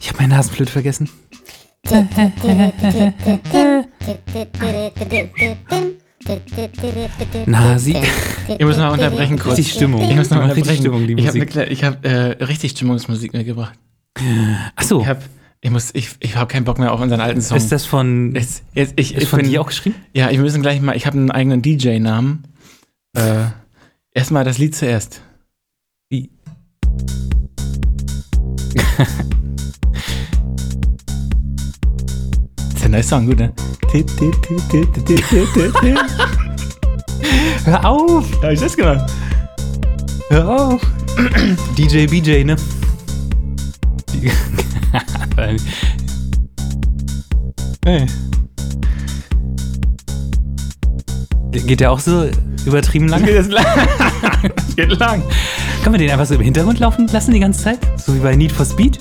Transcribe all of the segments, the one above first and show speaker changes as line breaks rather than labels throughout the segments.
Ich habe meine Nasenflöte vergessen. Na, sie.
Ihr müsst mal unterbrechen kurz.
Die Stimmung.
Ich muss noch
Richtig
unterbrechen.
Stimmung, die
ich habe
Musik.
ich hab, äh, richtig Stimmungsmusik mitgebracht.
Achso,
Ich habe ich muss, ich, ich hab keinen Bock mehr auf unseren alten
Oh.
Song.
ist das von. Ist
jetzt, jetzt, ich, ich
von
bin-
dir auch geschrieben?
Ja, wir müssen gleich mal, ich habe einen eigenen DJ-Namen. Äh, Erstmal das Lied zuerst.
Wie?
Das ist ein neuer Song, gut, ne?
Hör auf!
Da hab ich das gemacht.
Hör auf! DJ BJ, ne? hey. Geht der auch so übertrieben lang?
geht jetzt lang. das geht lang.
Können wir den einfach so im Hintergrund laufen lassen die ganze Zeit? So wie bei Need for Speed?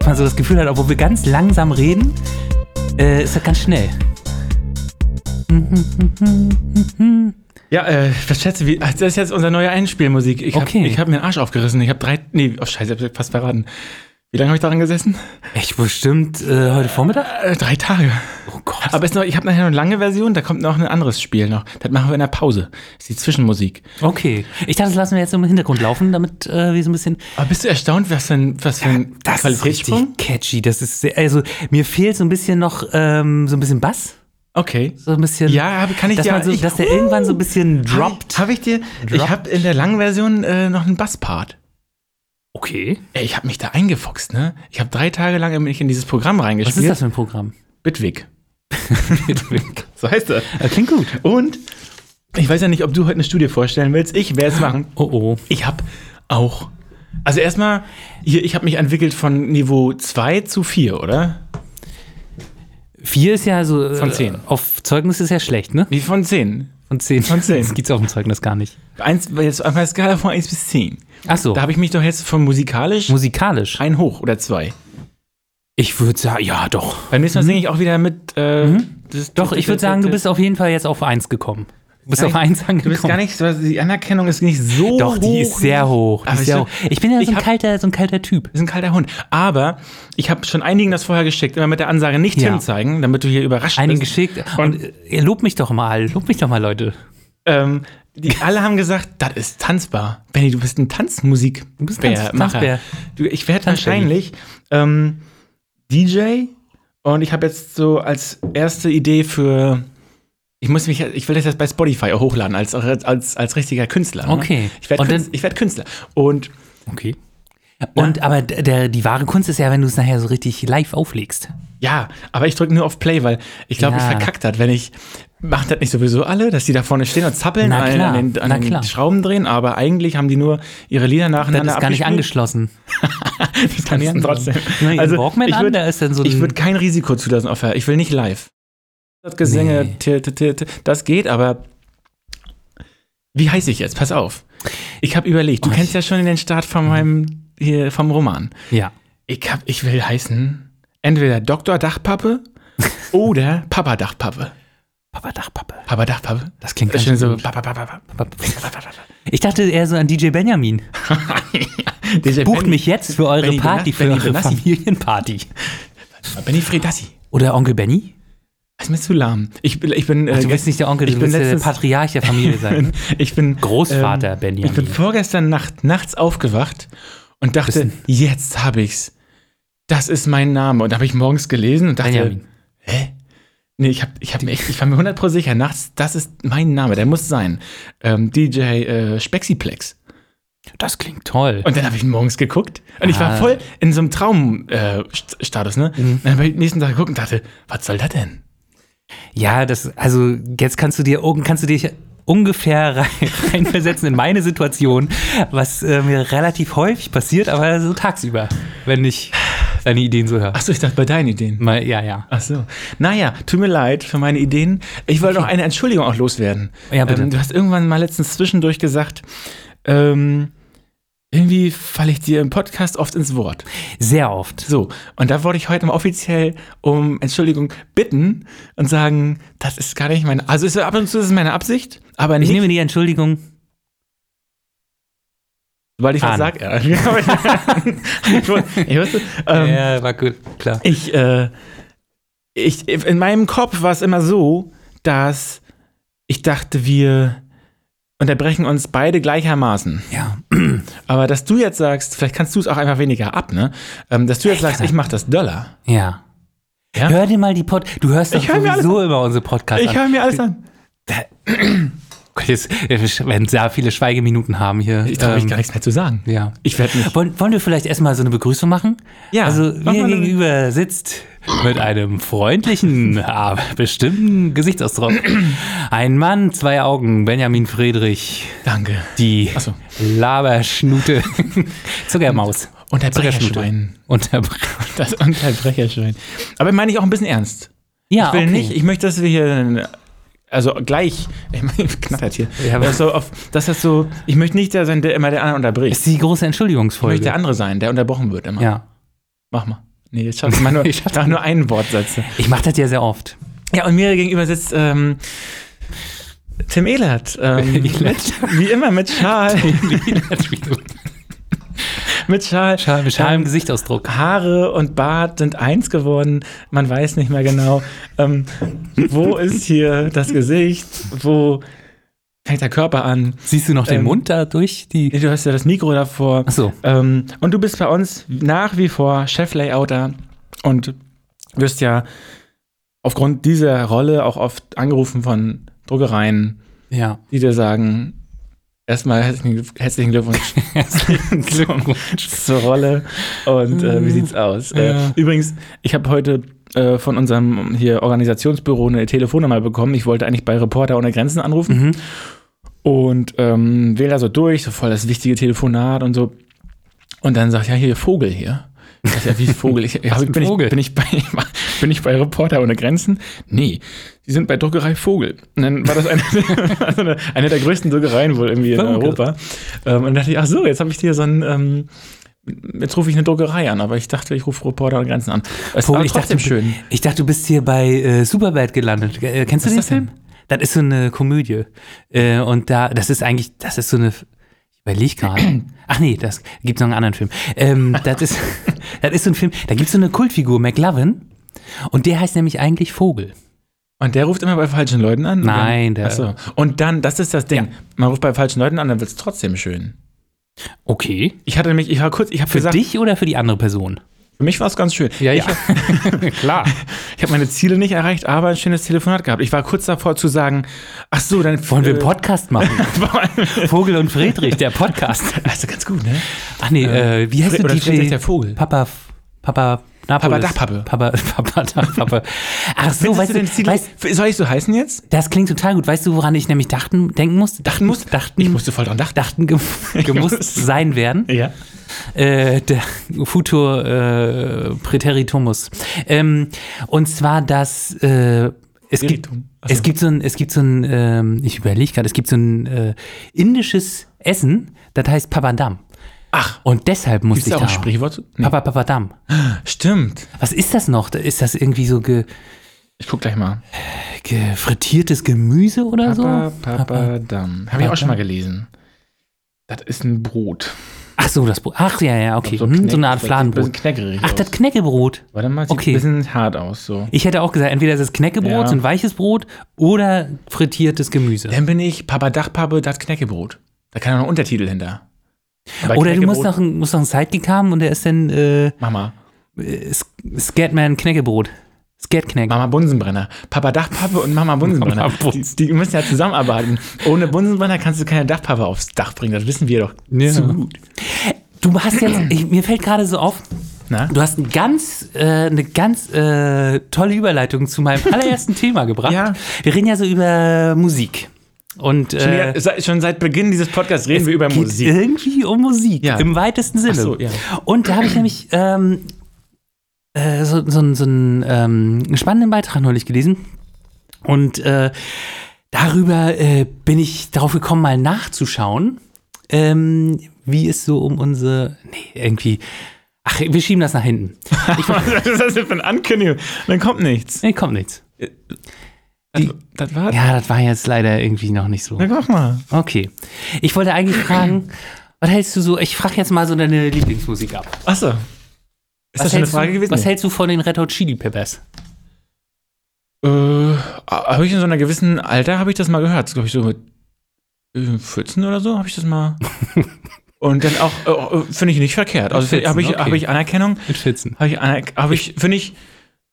Dass man so das Gefühl hat, obwohl wir ganz langsam reden, äh, ist das ganz schnell.
Ja, äh, was schätze, wie, ach, das ist jetzt unsere neue Einspielmusik. Ich habe
Okay.
hab mir den Arsch aufgerissen. Ich habe drei, nee, oh scheiße, ich hab fast verraten. Wie lange habe ich daran gesessen?
Echt bestimmt äh, heute Vormittag?
Äh, drei Tage.
Oh Gott.
Aber es ist noch, ich habe nachher noch eine lange Version, da kommt noch ein anderes Spiel noch. Das machen wir in der Pause. Das ist die Zwischenmusik.
Okay. Ich dachte, das lassen wir jetzt im Hintergrund laufen, damit äh, wir so ein bisschen.
Aber bist du erstaunt, was für ein, was für ein
Das ist richtig catchy. Das ist sehr, also mir fehlt so ein bisschen noch ähm, so ein bisschen Bass.
Okay.
So ein bisschen.
Ja, hab- kann ich
dass
dir-
man so,
ich-
dass der irgendwann so ein bisschen droppt.
Droppt. Habe ich dir. Ich
Droppt.
habe in der langen Version äh, noch einen Basspart.
Okay.
Ey, ich habe mich da eingefuchst, ne? Ich habe drei Tage lang bin ich in dieses Programm
Was
reingespielt.
ist das für ein Programm?
Bitwig. So heißt das.
Klingt gut.
Und ich weiß ja nicht, ob du heute eine Studie vorstellen willst. Ich werde es machen.
Oh oh.
Ich habe auch. Also erstmal, hier, ich habe mich entwickelt von Niveau 2 zu 4, oder?
Vier ist ja so. äh,
Von zehn.
Auf Zeugnis ist ja schlecht, ne?
Wie von 10.
Von zehn.
Von zehn.
Das gibt's auf dem Zeugnis gar nicht.
Eins, jetzt auf einer Skala von 1 bis 10.
Ach so.
Da habe ich mich doch jetzt von musikalisch
Musikalisch.
ein hoch oder zwei.
Ich würde sagen, ja, doch.
Beim nächsten Mal singe ich auch wieder mit. Äh, das-
Mhm. Doch, ich würde sagen, du bist auf jeden Fall jetzt auf eins gekommen. Du bist
Gar
auf
nicht-
eins angekommen.
Du bist gar nicht, so- die Anerkennung ist nicht so
doch, die ist sehr hoch. Die
Aber
ist sehr hoch.
ich-
Ich bin ja
ich
so ein,
hab-
kalter, so ein kalter Typ.
Du bist ein kalter Hund. Aber ich habe schon einigen das vorher geschickt, immer mit der Ansage nicht
Ja.
Tim zeigen, damit du hier überrascht
Einen
bist.
geschickt. Und,
Und-
äh, lob mich doch mal. Lob mich doch mal, Leute.
Ähm, die alle haben gesagt, das ist tanzbar. Benny, du bist ein Tanzmusik. Du
bist ein Tanz- Tanzbär.
Du, ich werde
Tanzbär.
wahrscheinlich ähm, DJ und ich habe jetzt so als erste Idee für. Ich muss mich, ich will das jetzt bei Spotify auch hochladen als, als, als richtiger Künstler. ne?
Okay.
Ich werde
Und dann-
Künstler, ich werd Künstler. Und
Okay. Und aber d- der, die wahre Kunst ist ja, wenn du es nachher so richtig live auflegst.
ja, aber ich drücke nur auf Play, weil ich glaube, ich
Ja.
verkack das, wenn ich. Machen das nicht sowieso alle, dass die da vorne stehen und zappeln,
Na
an-
klar,
an den,
na
an den
klar.
Schrauben drehen, aber eigentlich haben die nur ihre
Das
Lieder nacheinander
ist gar nicht
abgespielt.
angeschlossen.
Das kann ich dann trotzdem.
Na, also,
Also,
Walkman
ich
an,
würd-
da ist dann so
Ich
ein-
würde kein Risiko zulassen auf der- Ich will nicht live. Das Gesänge,
Nee.
t- t- t- t- das geht, aber wie heiße ich jetzt? Pass auf. Ich habe überlegt, du
Oh,
kennst
ich- Mhm.
ja schon den Start von meinem, hier, vom Roman.
Ja.
Ich, hab, ich will heißen entweder Doktor Dachpappe oder Papa Dachpappe.
Papa Dachpappe.
Papa Dachpappe.
Das klingt
Das
ganz
ist schön so.
gut.
Papa, Papa, Papa, Papa,
Ich dachte eher so an DJ Benjamin.
DJ
Bucht
Benny-
mich jetzt für eure
Benny
Party,
Benassi-
für
Benny
eure
Benassi.
Familienparty.
Benny Fredassi.
Oder Onkel Benny?
Was ist mir zu lahm? Ich, bin- ich bin.
Ach,
äh,
du bist nicht der Onkel,
ich
du
bin
willst ja der
letztens-
Patriarch der Familie sein.
ich bin ähm,
Großvater Benjamin.
Ich bin vorgestern Nacht nachts aufgewacht und dachte,
Bist
jetzt habe ich's. Das ist mein Name. Und habe ich morgens gelesen und dachte,
Benjamin.
nee, ich hab, ich hab mir echt, ich war mir 100 sicher, nachts, das ist mein Name, der muss sein. Ähm, DJ äh, Spexiplex.
Das klingt toll.
Und dann habe ich morgens geguckt und ich
Ah. Mhm.
war voll in so einem Traumstatus, äh, Status, ne? Und dann habe ich am nächsten Tag geguckt und dachte, was soll das denn?
Ja, das, also jetzt kannst du dir irgend- kannst du dich ungefähr rein, reinversetzen in meine Situation, was äh, mir relativ häufig passiert, aber so tagsüber, wenn ich deine Ideen so höre.
Achso, ich dachte bei deinen Ideen.
Mal, ja, ja.
Ach so. Naja, tut mir leid für meine Ideen. Ich wollte noch eine Entschuldigung auch loswerden.
Ja, bitte.
Ähm, du hast irgendwann mal letztens zwischendurch gesagt, ähm, irgendwie falle ich dir im Podcast oft ins Wort.
Sehr oft.
So, und da wollte ich heute mal offiziell um Entschuldigung bitten und sagen, das ist gar nicht meine, also ist, ab und zu ist es meine Absicht, aber
Ich
nicht.
nehme die Entschuldigung.
Sobald ich was
Ahn.
sage, ja. ich wusste, ähm,
ja, war gut, klar.
ich, äh, ich, in meinem Kopf war es immer so, dass ich dachte, wir unterbrechen uns beide gleichermaßen.
Ja.
Aber dass du jetzt sagst, vielleicht kannst du es auch einfach weniger ab, ne? Ähm, dass du jetzt sagst, ich mache das Dollar.
Ja.
Ja?
Hör dir mal die Pod. Du hörst doch
Ich hör mir alles
sowieso immer unsere Podcasts an.
höre mir alles an.
Gott, jetzt, wir werden sehr viele Schweigeminuten haben hier.
Ich traue mich gar nichts mehr zu sagen.
Ähm, Ja.
Ich werde nicht.
Wollen, wollen wir vielleicht erstmal so eine Begrüßung machen?
Ja,
Also,
mach
mir
mal eine-
gegenüber sitzt mit einem freundlichen, aber bestimmten Gesichtsausdruck ein Mann, zwei Augen, Benjamin Friedrich,
Danke.
die
Ach so.
Laberschnute, Zuckermaus.
Und der
Zuckerschnute.
Brecherschwein.
Und der
Das Unterbrecherschwein. Aber meine ich auch ein bisschen ernst.
ja,
Ich will
okay.
nicht, ich möchte, dass wir hier, also gleich, ich meine, knattert hier.
Ja, aber-
Äh, so auf, dass das so, ich möchte nicht der sein, der immer der andere unterbricht.
Ist die große
Ich möchte der
Entschuldigungsfolge.
andere sein, der unterbrochen wird immer.
Ja.
Mach mal. Nee, jetzt schaffst du mal nur,
Ich schaff's
mach nur einen Wortsätze.
Ich mache das ja sehr oft.
Ja, und mir gegenüber sitzt ähm, Tim Ehlert. Ähm,
Ehlert.
Mit, wie immer mit Schal. mit Schal.
Schal- Mit schalem Gesichtsausdruck.
Haare und Bart sind eins geworden. Man weiß nicht mehr genau, ähm, wo ist hier das Gesicht, wo fängt der Körper an.
Siehst du noch den
Ähm,
Mund da durch die.
Du hast ja das Mikro davor.
Ach so.
Ähm, und du bist bei uns nach wie vor Chef-Layouter und wirst ja aufgrund dieser Rolle auch oft angerufen von Druckereien,
Ja.
die dir sagen, erstmal herzlichen, herzlichen Glückwunsch
Herzlichen Glückwunsch.
zur Rolle und äh, wie sieht's aus? Äh,
Ja.
übrigens, ich habe heute äh, von unserem hier Organisationsbüro eine Telefonnummer bekommen. Ich wollte eigentlich bei Reporter ohne Grenzen anrufen
Mhm.
und ähm, wähle da so durch, so voll das wichtige Telefonat und so. Und dann sagt ja hier Vogel hier. Ich sag, ja, wie Vogel? Ich, ja,
für ein
bin,
Vogel?
Ich, bin, ich bei, bin ich bei Reporter ohne Grenzen? Nee, sie sind bei Druckerei Vogel. Und dann war das eine, also eine, eine der größten Druckereien wohl irgendwie in
Vogel.
Europa. Ähm, und dann dachte ich, ach so, jetzt habe ich hier so ein, ähm, jetzt rufe ich eine Druckerei an, aber ich dachte, ich rufe Reporter ohne Grenzen an. Es
Vogel,
war
ich dachte,
trotzdem schön.
Ich dachte, du bist hier bei äh, Superbad gelandet. Äh, kennst du
Was
den
ist das denn?
Film? Das ist so eine Komödie. Äh, und da, das ist eigentlich, das ist so eine. Ich überlege gerade. Ach nee, das gibt noch einen anderen Film. Ähm, das, ist, das ist so ein Film, da gibt es so eine Kultfigur, McLovin. Und der heißt nämlich eigentlich Vogel.
Und der ruft immer bei falschen Leuten an?
Nein,
der.
der-
Achso. Und dann, das ist das Ding. Man ruft bei falschen Leuten an, dann wird es trotzdem schön.
Okay.
Ich hatte mich, ich war kurz, ich habe
Für
gesagt,
dich oder für die andere Person?
für mich war es ganz schön.
Ja, ja. Klar.
Ich habe meine Ziele nicht erreicht, aber ein schönes Telefonat gehabt. Ich war kurz davor zu sagen, ach so, dann
Wollen wir einen
äh,
Podcast machen? Vogel und Friedrich, der Podcast.
Das ist ganz gut, ne?
Ach nee, äh, wie heißt
Fre-
du
oder
DJ?
Friedrich der Vogel.
Papa, Papa, Napolis.
Dachpappe.
Papa, Papa, Dachpappe. Ach so, weißt du,
Ziele,
weißt,
soll ich so heißen jetzt?
das klingt total gut. Weißt du, woran ich nämlich dachten, denken musste? Dachten
musste?
Dachten,
Ich musste voll dran dachten.
dachten ge gemusst sein werden.
Ja.
Äh, der Futur äh, Präteritumus. Ähm, und zwar, dass äh, es gibt
Spiritum. Ach so.
Es gibt so ein, es gibt so ein, ähm, ich überlege gerade, es gibt so ein äh, indisches Essen, das heißt Papadam.
Ach,
Und deshalb muss
ist
ich
da
da.
auch ein Sprichwort? zu? Nee.
Papa Papadam.
Stimmt.
Was ist das noch? Ist das irgendwie so ge,
Ich guck gleich mal.
ge frittiertes Gemüse oder so?
Papadam. Habe ich auch schon mal gelesen. Das ist ein Brot.
Ach so, das Brot. Ach ja, ja, okay. So, hm,
kneck-
so eine Art
Sieht ein bisschen
Fladenbrot.
knäckerig
Ach, das
aus.
Knäckebrot.
Warte mal, sieht
Okay.
ein bisschen hart aus. So.
Ich hätte auch gesagt, entweder ist es Knäckebrot,
Ja.
so ein weiches Brot, oder frittiertes Gemüse.
Dann bin ich Papa Dachpappe, das Knäckebrot. Da kann ja noch ein Untertitel hinter. Aber
oder du musst
Knäckebrot-
noch, ein- musst noch einen Sidekick haben und der ist dann äh,
Mama,
Sk- Scatman Knäckebrot. Scatknack.
Mama Bunsenbrenner. Papa Dachpappe und Mama Bunsenbrenner.
Mama Bunsen-
Die, die müssen ja zusammenarbeiten. Ohne Bunsenbrenner kannst du keine Dachpappe aufs Dach bringen. Das wissen wir doch
Ja.
zu gut.
Du hast jetzt, ich, mir fällt gerade so auf,
Na?
du hast ein ganz, äh, eine ganz äh, tolle Überleitung zu meinem allerersten Thema gebracht.
Ja.
Wir reden ja so über Musik. Und
Schon
äh,
wieder- se- schon seit Beginn dieses Podcasts reden
es
wir über
geht
Musik.
irgendwie um Musik,
Ja.
im weitesten Sinne.
so, ja.
Und da habe ich nämlich ähm, äh, so, so, einen- so einen ähm, spannenden Beitrag neulich gelesen. Und äh, darüber äh, bin ich darauf gekommen, mal nachzuschauen, ähm, wie es so um unsere. Nee, irgendwie. Ach, wir schieben das nach hinten.
Was ist das denn für eine Ankündigung? Dann kommt nichts.
Nee, kommt nichts. Also,
Die, das war's. Hm?
Ja, das war jetzt leider irgendwie noch nicht so.
Na, mach mal.
Okay. Ich wollte eigentlich fragen, Was hältst du so? Ich frage jetzt mal so deine Lieblingsmusik ab.
Achso. Ist das schon eine
hältst
Frage
du,
gewesen?
Was hältst du von den Red Hot Chili Peppers?
Äh, habe ich in so einer gewissen Alter habe ich das mal gehört, glaube ich so mit äh, 14 oder so habe ich das mal. Und dann auch äh, finde ich nicht verkehrt. Also
Mit 14,
habe ich
okay.
habe ich Anerkennung,
Mit Schwitzen.
habe ich Anerk- habe ich finde ich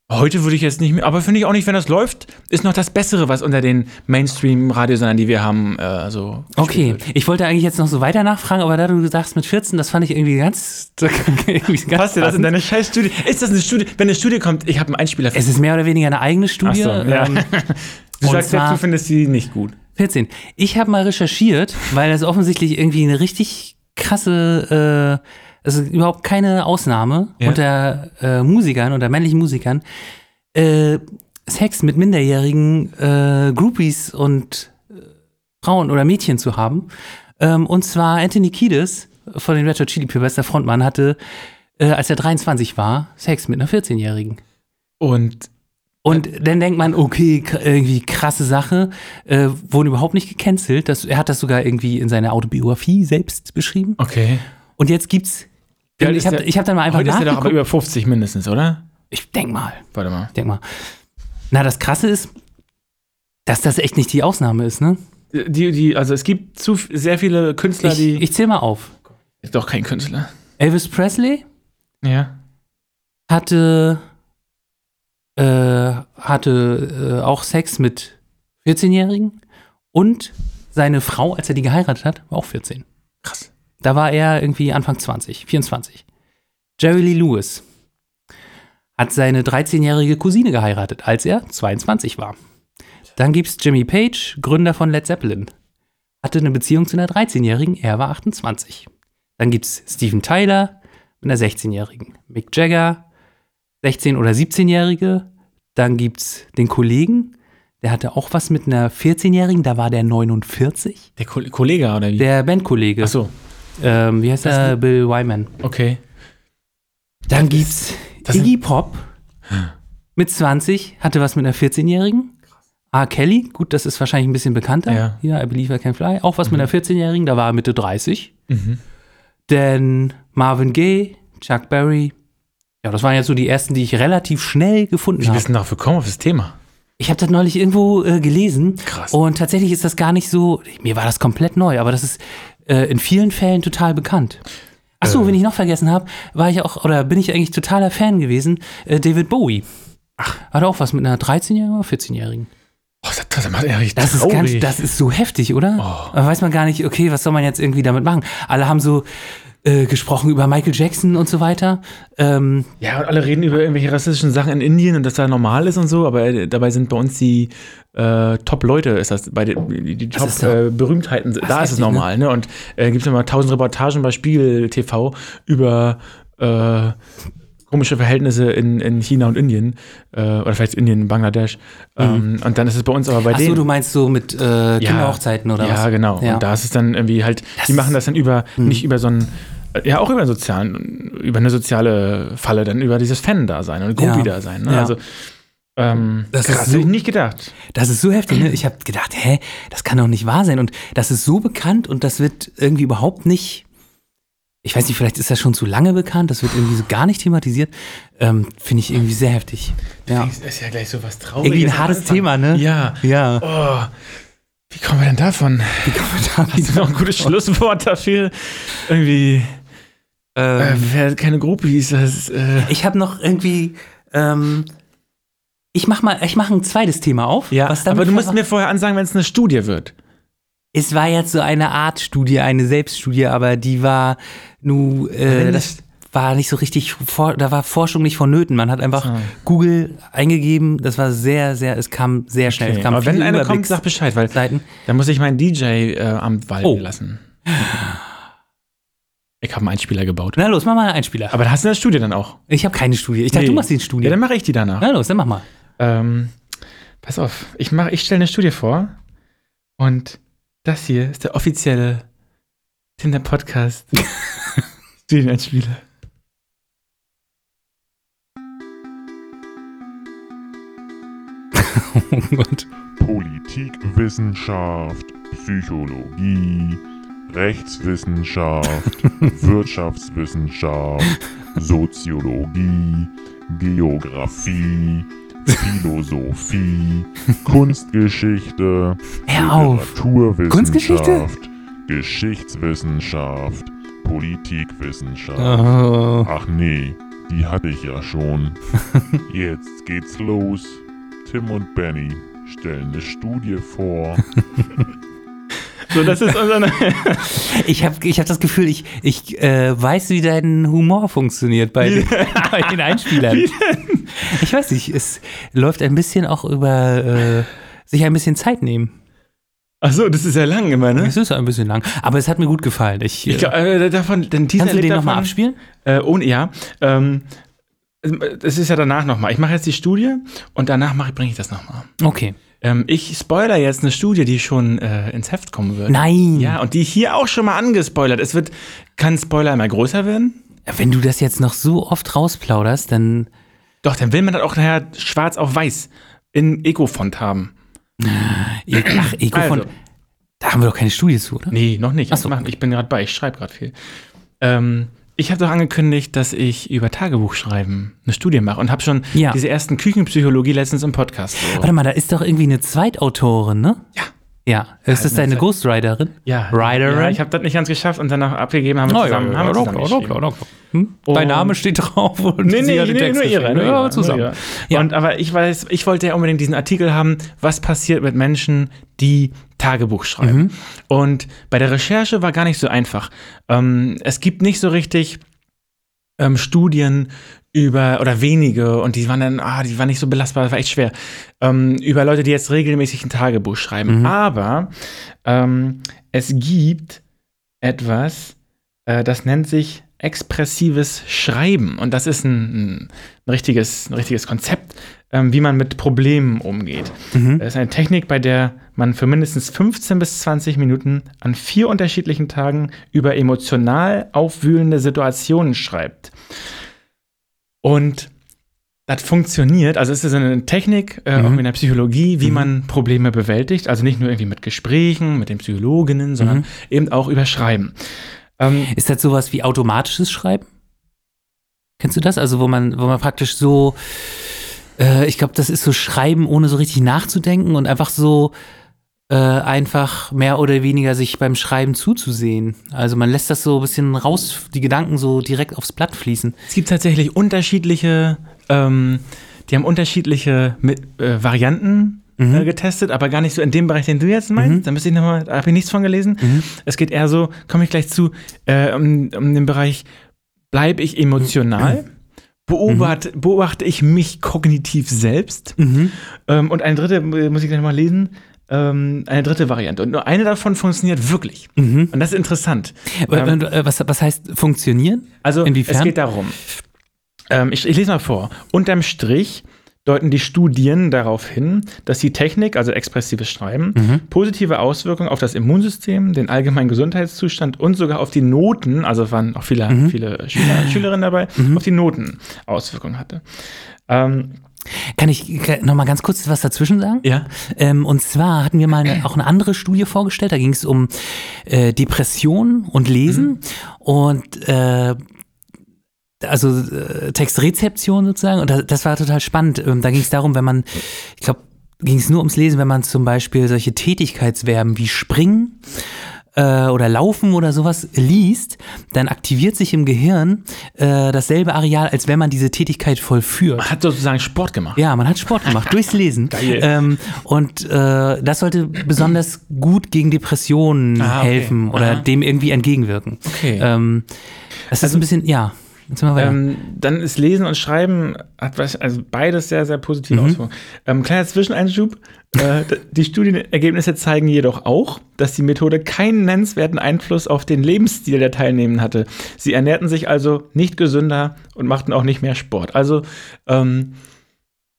heute würde ich jetzt nicht mehr, aber finde ich auch nicht, wenn das läuft, ist noch das Bessere, was unter den Mainstream Radiosendern, die wir haben, äh, so. gespielt
Okay,
wird.
ich wollte eigentlich jetzt noch so weiter nachfragen, aber da du sagst mit 14, das fand ich irgendwie ganz. irgendwie ganz
Passt dir das in
passend.
deine scheiß Studie? Ist das eine Studie? Wenn eine Studie kommt, ich habe einen Einspieler für
Es ist mehr oder weniger eine eigene Studie.
Ach so, ja.
ähm,
Du
und
sagst jetzt,
zwar-
du findest sie nicht gut.
14. Ich habe mal recherchiert, weil das offensichtlich irgendwie eine richtig krasse, äh, also überhaupt keine Ausnahme
Ja.
unter äh, Musikern, unter männlichen Musikern, äh, Sex mit minderjährigen äh, Groupies und äh, Frauen oder Mädchen zu haben. Ähm, und zwar Anthony Kiedis von den Red Hot Chili Peppers, der Frontmann, hatte, äh, als er 23 war, Sex mit einer 14-Jährigen.
Und
Und dann denkt man, okay, k- irgendwie krasse Sache, äh, wurden überhaupt nicht gecancelt. Das, er hat das sogar irgendwie in seiner Autobiografie selbst beschrieben.
okay.
Und jetzt gibt's.
Wie alt
ich
ist
habe
der?
hab dann mal einfach
Heute ist er doch aber
nachgeguckt.
über 50 mindestens, oder?
ich denk mal,
Warte mal.
ich denk mal. Na, das Krasse ist, dass das echt nicht die Ausnahme ist, ne?
Die, die, also es gibt zu f- sehr viele Künstler,
Ich,
die.
ich zähl mal auf.
ist doch kein Künstler.
Elvis Presley
Ja.
hatte, äh, hatte äh, auch Sex mit 14-Jährigen und seine Frau, als er die geheiratet hat, war auch 14.
Krass.
Da war er irgendwie Anfang 20, 24. Jerry Lee Lewis hat seine 13-jährige Cousine geheiratet, als er 22 war. Dann gibt's Jimmy Page, Gründer von Led Zeppelin. Hatte eine Beziehung zu einer 13-jährigen, er war 28. Dann gibt's Steven Tyler mit einer 16-jährigen. Mick Jagger, 16- oder 17-jährige. Dann gibt's den Kollegen, der hatte auch was mit einer 14-jährigen, da war der 49.
Der Ko Kollege oder wie?
Der Bandkollege.
Ach so,
Ähm, wie heißt
Das
er? Bill Wyman.
okay.
Dann gibt's
das sind-
Iggy Pop. Mit 20 hatte was mit einer 14-Jährigen. R. Kelly, gut, das ist wahrscheinlich ein bisschen bekannter.
Ja.
Hier, I Believe I Can Fly. Auch was mit einer 14-Jährigen, da war er Mitte 30.
Mhm.
Denn Marvin Gaye, Chuck Berry. Ja, das waren jetzt so die ersten, die ich relativ schnell gefunden
Wie
habe.
bist du darauf gekommen auf das Thema?
Ich habe das neulich irgendwo äh, gelesen.
Krass.
Und tatsächlich ist das gar nicht so, mir war das komplett neu, aber das ist äh, in vielen Fällen total bekannt. Ach so,
Äh.
wenn ich noch vergessen habe, war ich auch, oder bin ich eigentlich totaler Fan gewesen, äh, David Bowie. Ach. Hat auch was mit einer 13-Jährigen oder 14-Jährigen.
Oh, das, das macht er richtig
Das ist,
traurig.
ganz, das ist so heftig, oder?
Oh.
Da weiß man gar nicht, okay, was soll man jetzt irgendwie damit machen? Alle haben so äh, gesprochen über Michael Jackson und so weiter. Ähm,
ja, und alle reden über irgendwelche rassistischen Sachen in Indien und dass da normal ist und so, aber äh, dabei sind bei uns die äh, Top-Leute, ist das, bei den, die, die
ist doch-
Top-Berühmtheiten, da ist es
heftig,
normal, ne? Und äh, gibt es immer tausend Reportagen bei Spiegel TV über äh, komische Verhältnisse in, in China und Indien, äh, oder vielleicht Indien, Bangladesch. Ähm, und dann ist es bei uns aber bei
Mhm. ach so,
denen.
du meinst so mit äh, Kinderhochzeiten oder
ja,
was?
genau.
Ja. Hm.
Und da ist es dann irgendwie halt, die machen das dann über, nicht über so einen, ja, auch über einen sozialen, über eine soziale Falle, dann über dieses Fan-Dasein und
Ja.
Groupie-Dasein. Ne?
Ja.
Also, ähm,
Das
krass,
ist so-
hätte ich nicht gedacht.
Das ist so heftig, ne? Ich habe gedacht, hä, das kann doch nicht wahr sein. Und das ist so bekannt und das wird irgendwie überhaupt nicht. Ich weiß nicht, vielleicht ist das schon zu lange bekannt, das wird irgendwie so gar nicht thematisiert. Ähm, Finde ich irgendwie sehr heftig. Ja.
Das ist ja gleich so was Trauriges.
Irgendwie ein hartes Thema, ne?
Ja.
Ja.
Oh, wie kommen wir denn davon?
Wie kommen wir da
Hast du
wieder-
noch ein gutes Schlusswort dafür? Irgendwie, äh,
Ähm,
wer keine Groupies, das ist, äh,
ich habe noch irgendwie. Ähm, ich mach mal, ich mache ein zweites Thema auf.
ja,
was damit
aber du musst
verwa-
mir vorher ansagen, wenn es eine Studie wird.
es war jetzt so eine Art Studie, eine Selbststudie, aber die war nu, äh,
Wenn
das war nicht so richtig, vor, da war Forschung nicht vonnöten. Man hat einfach
Ah.
Google eingegeben, das war sehr, sehr, es kam sehr schnell. Es
Okay.
kam
Aber wenn
viele
eine kommt, sag
Überblicksseiten.
Bescheid, weil Da muss ich meinen DJ-Amt walten
Oh.
lassen. Ich habe einen Einspieler gebaut.
Na los, mach mal einen Einspieler.
Aber da hast du das Studio dann auch.
Ich habe keine Studie. Ich dachte,
Nee.
du machst die
Ja,
Studie.
dann mache ich die danach.
Na los, dann mach mal.
Ähm, pass auf, ich, mach- ich stelle eine Studie vor. Und das hier ist der offizielle Tinder-Podcast. Studieneinspieler.
Oh Gott. Oh
Politikwissenschaft, Psychologie, Rechtswissenschaft, Wirtschaftswissenschaft, Soziologie, Geographie, Philosophie, Kunstgeschichte,
Hör auf.
Literaturwissenschaft,
Kunstgeschichte?
Geschichtswissenschaft, Politikwissenschaft.
Oh.
Ach nee, die hatte ich ja schon. Jetzt geht's los. Tim und Benny stellen eine Studie vor.
So, das ist unser.
Ne- Ich habe ich hab das Gefühl, ich, ich äh, weiß, wie dein Humor funktioniert bei, den, bei den Einspielern. Ich weiß nicht, es läuft ein bisschen auch über äh, sich ein bisschen Zeit nehmen.
Achso, das ist ja lang immer, ne?
Es ist ein bisschen lang, aber es hat mir gut gefallen. Ich,
Ich glaub, äh, davon, denn Teaser
kannst du
lebt
den nochmal
davon-
abspielen?
Äh, ohne, ja. Ähm, es ist ja danach nochmal. Ich mache jetzt die Studie und danach bringe ich das nochmal.
Okay.
Ähm, ich spoiler jetzt eine Studie, die schon äh, ins Heft kommen wird.
Nein.
Ja, und die hier auch schon mal angespoilert. Es wird, kann Spoiler immer größer werden?
Wenn du das jetzt noch so oft rausplauderst, dann
Doch, dann will man das auch nachher schwarz auf weiß in Eco-Font haben.
Ach, Ego
Also.
von. Da haben wir doch keine Studie zu, oder?
Nee, noch nicht.
Ach so.
Mach- Ich bin gerade bei, ich schreibe gerade viel. Ähm, ich habe doch angekündigt, dass ich über Tagebuchschreiben eine Studie mache und habe schon
Ja.
diese ersten Küchenpsychologie letztens im Podcast. So.
Warte mal, da ist doch irgendwie eine Zweitautorin, ne?
Ja.
Ja. Ist das deine Ghostwriterin?
Ja,
Riderin?
ja ich habe das nicht ganz geschafft und danach abgegeben
Oh,
haben wir zusammen. haben wir zusammen geschrieben.
Hm? Dein
Und-
Name steht drauf und
Nee,
sie
nee,
hat den
nee,
Text
nur ihre,
geschrieben.
nur
ja,
ihre,
zusammen.
Nur ihre.
Ja.
Und aber ich weiß, ich wollte ja unbedingt diesen Artikel haben, was passiert mit Menschen, die Tagebuch schreiben.
Mhm.
Und bei der Recherche war gar nicht so einfach. Ähm, es gibt nicht so richtig ähm, Studien über oder wenige und die waren dann, ah, die waren nicht so belastbar, das war echt schwer. Ähm, über Leute, die jetzt regelmäßig ein Tagebuch schreiben.
Mhm.
Aber ähm, es gibt etwas, äh, das nennt sich expressives Schreiben. Und das ist ein, ein richtiges, ein richtiges Konzept, ähm, wie man mit Problemen umgeht.
Mhm.
Das ist eine Technik, bei der man für mindestens 15 bis 20 Minuten an vier unterschiedlichen Tagen über emotional aufwühlende Situationen schreibt. Und das funktioniert, also es ist eine Technik, äh, auch
Mhm.
in der Psychologie, wie
Mhm.
man Probleme bewältigt. Also nicht nur irgendwie mit Gesprächen, mit den Psychologinnen, sondern
Mhm.
eben auch über Schreiben. Ähm,
Ist das sowas wie automatisches Schreiben? Kennst du das? Also, wo man, wo man praktisch so, äh, ich glaube, das ist so Schreiben, ohne so richtig nachzudenken und einfach so äh, einfach mehr oder weniger sich beim Schreiben zuzusehen. Also man lässt das so ein bisschen raus, die Gedanken so direkt aufs Blatt fließen.
Es gibt tatsächlich unterschiedliche, ähm, die haben unterschiedliche mit, äh, Varianten
Mhm.
äh, getestet, aber gar nicht so in dem Bereich, den du jetzt meinst.
Mhm.
Da müsste ich nochmal, da habe ich nichts von gelesen. Es geht eher so, komme ich gleich zu, äh, um, um den Bereich, bleibe ich emotional?
Mhm.
Beobacht, Beobachte ich mich kognitiv selbst?
Mhm.
Ähm, und eine dritte, äh, muss ich gleich mal lesen, ähm, eine dritte Variante. Und nur eine davon funktioniert wirklich.
Mhm.
Und das ist interessant. Ähm,
Und, äh, was, was heißt funktionieren?
also
Inwiefern?
es geht darum. Ähm, ich, ich lese mal vor. Unterm Strich deuten die Studien darauf hin, dass die Technik, also expressives Schreiben, positive Auswirkungen auf das Immunsystem, den allgemeinen Gesundheitszustand und sogar auf die Noten, also es waren auch viele, viele Schüler, Schülerinnen dabei, auf die Noten Auswirkungen hatte. Ähm,
Kann ich kann- noch mal ganz kurz was dazwischen sagen?
ja.
Ähm, und zwar hatten wir mal eine, auch eine andere Studie vorgestellt. Da ging es um äh, Depression und Lesen und äh, also äh, Textrezeption sozusagen. Und das, das war total spannend. Ähm, da ging es darum, wenn man, ich glaube, ging es nur ums Lesen, wenn man zum Beispiel solche Tätigkeitsverben wie springen äh, oder laufen oder sowas liest, dann aktiviert sich im Gehirn äh, dasselbe Areal, als wenn man diese Tätigkeit vollführt.
Hat sozusagen Sport gemacht.
Ja, man hat Sport gemacht, durchs Lesen.
Geil.
Ähm, und äh, das sollte besonders gut gegen Depressionen
Ah, okay.
helfen oder
Aha.
dem irgendwie entgegenwirken.
Okay. Also
Ähm, das ist ein bisschen, ja. Jetzt sind wir weiter.
Ähm, dann ist Lesen und Schreiben hat was, also beides sehr, sehr
Mhm.
positive Auswirkungen. Ähm, kleiner Zwischeneinschub. äh, d- die Studienergebnisse zeigen jedoch auch, dass die Methode keinen nennenswerten Einfluss auf den Lebensstil der Teilnehmenden hatte. Sie ernährten sich also nicht gesünder und machten auch nicht mehr Sport. Also ähm,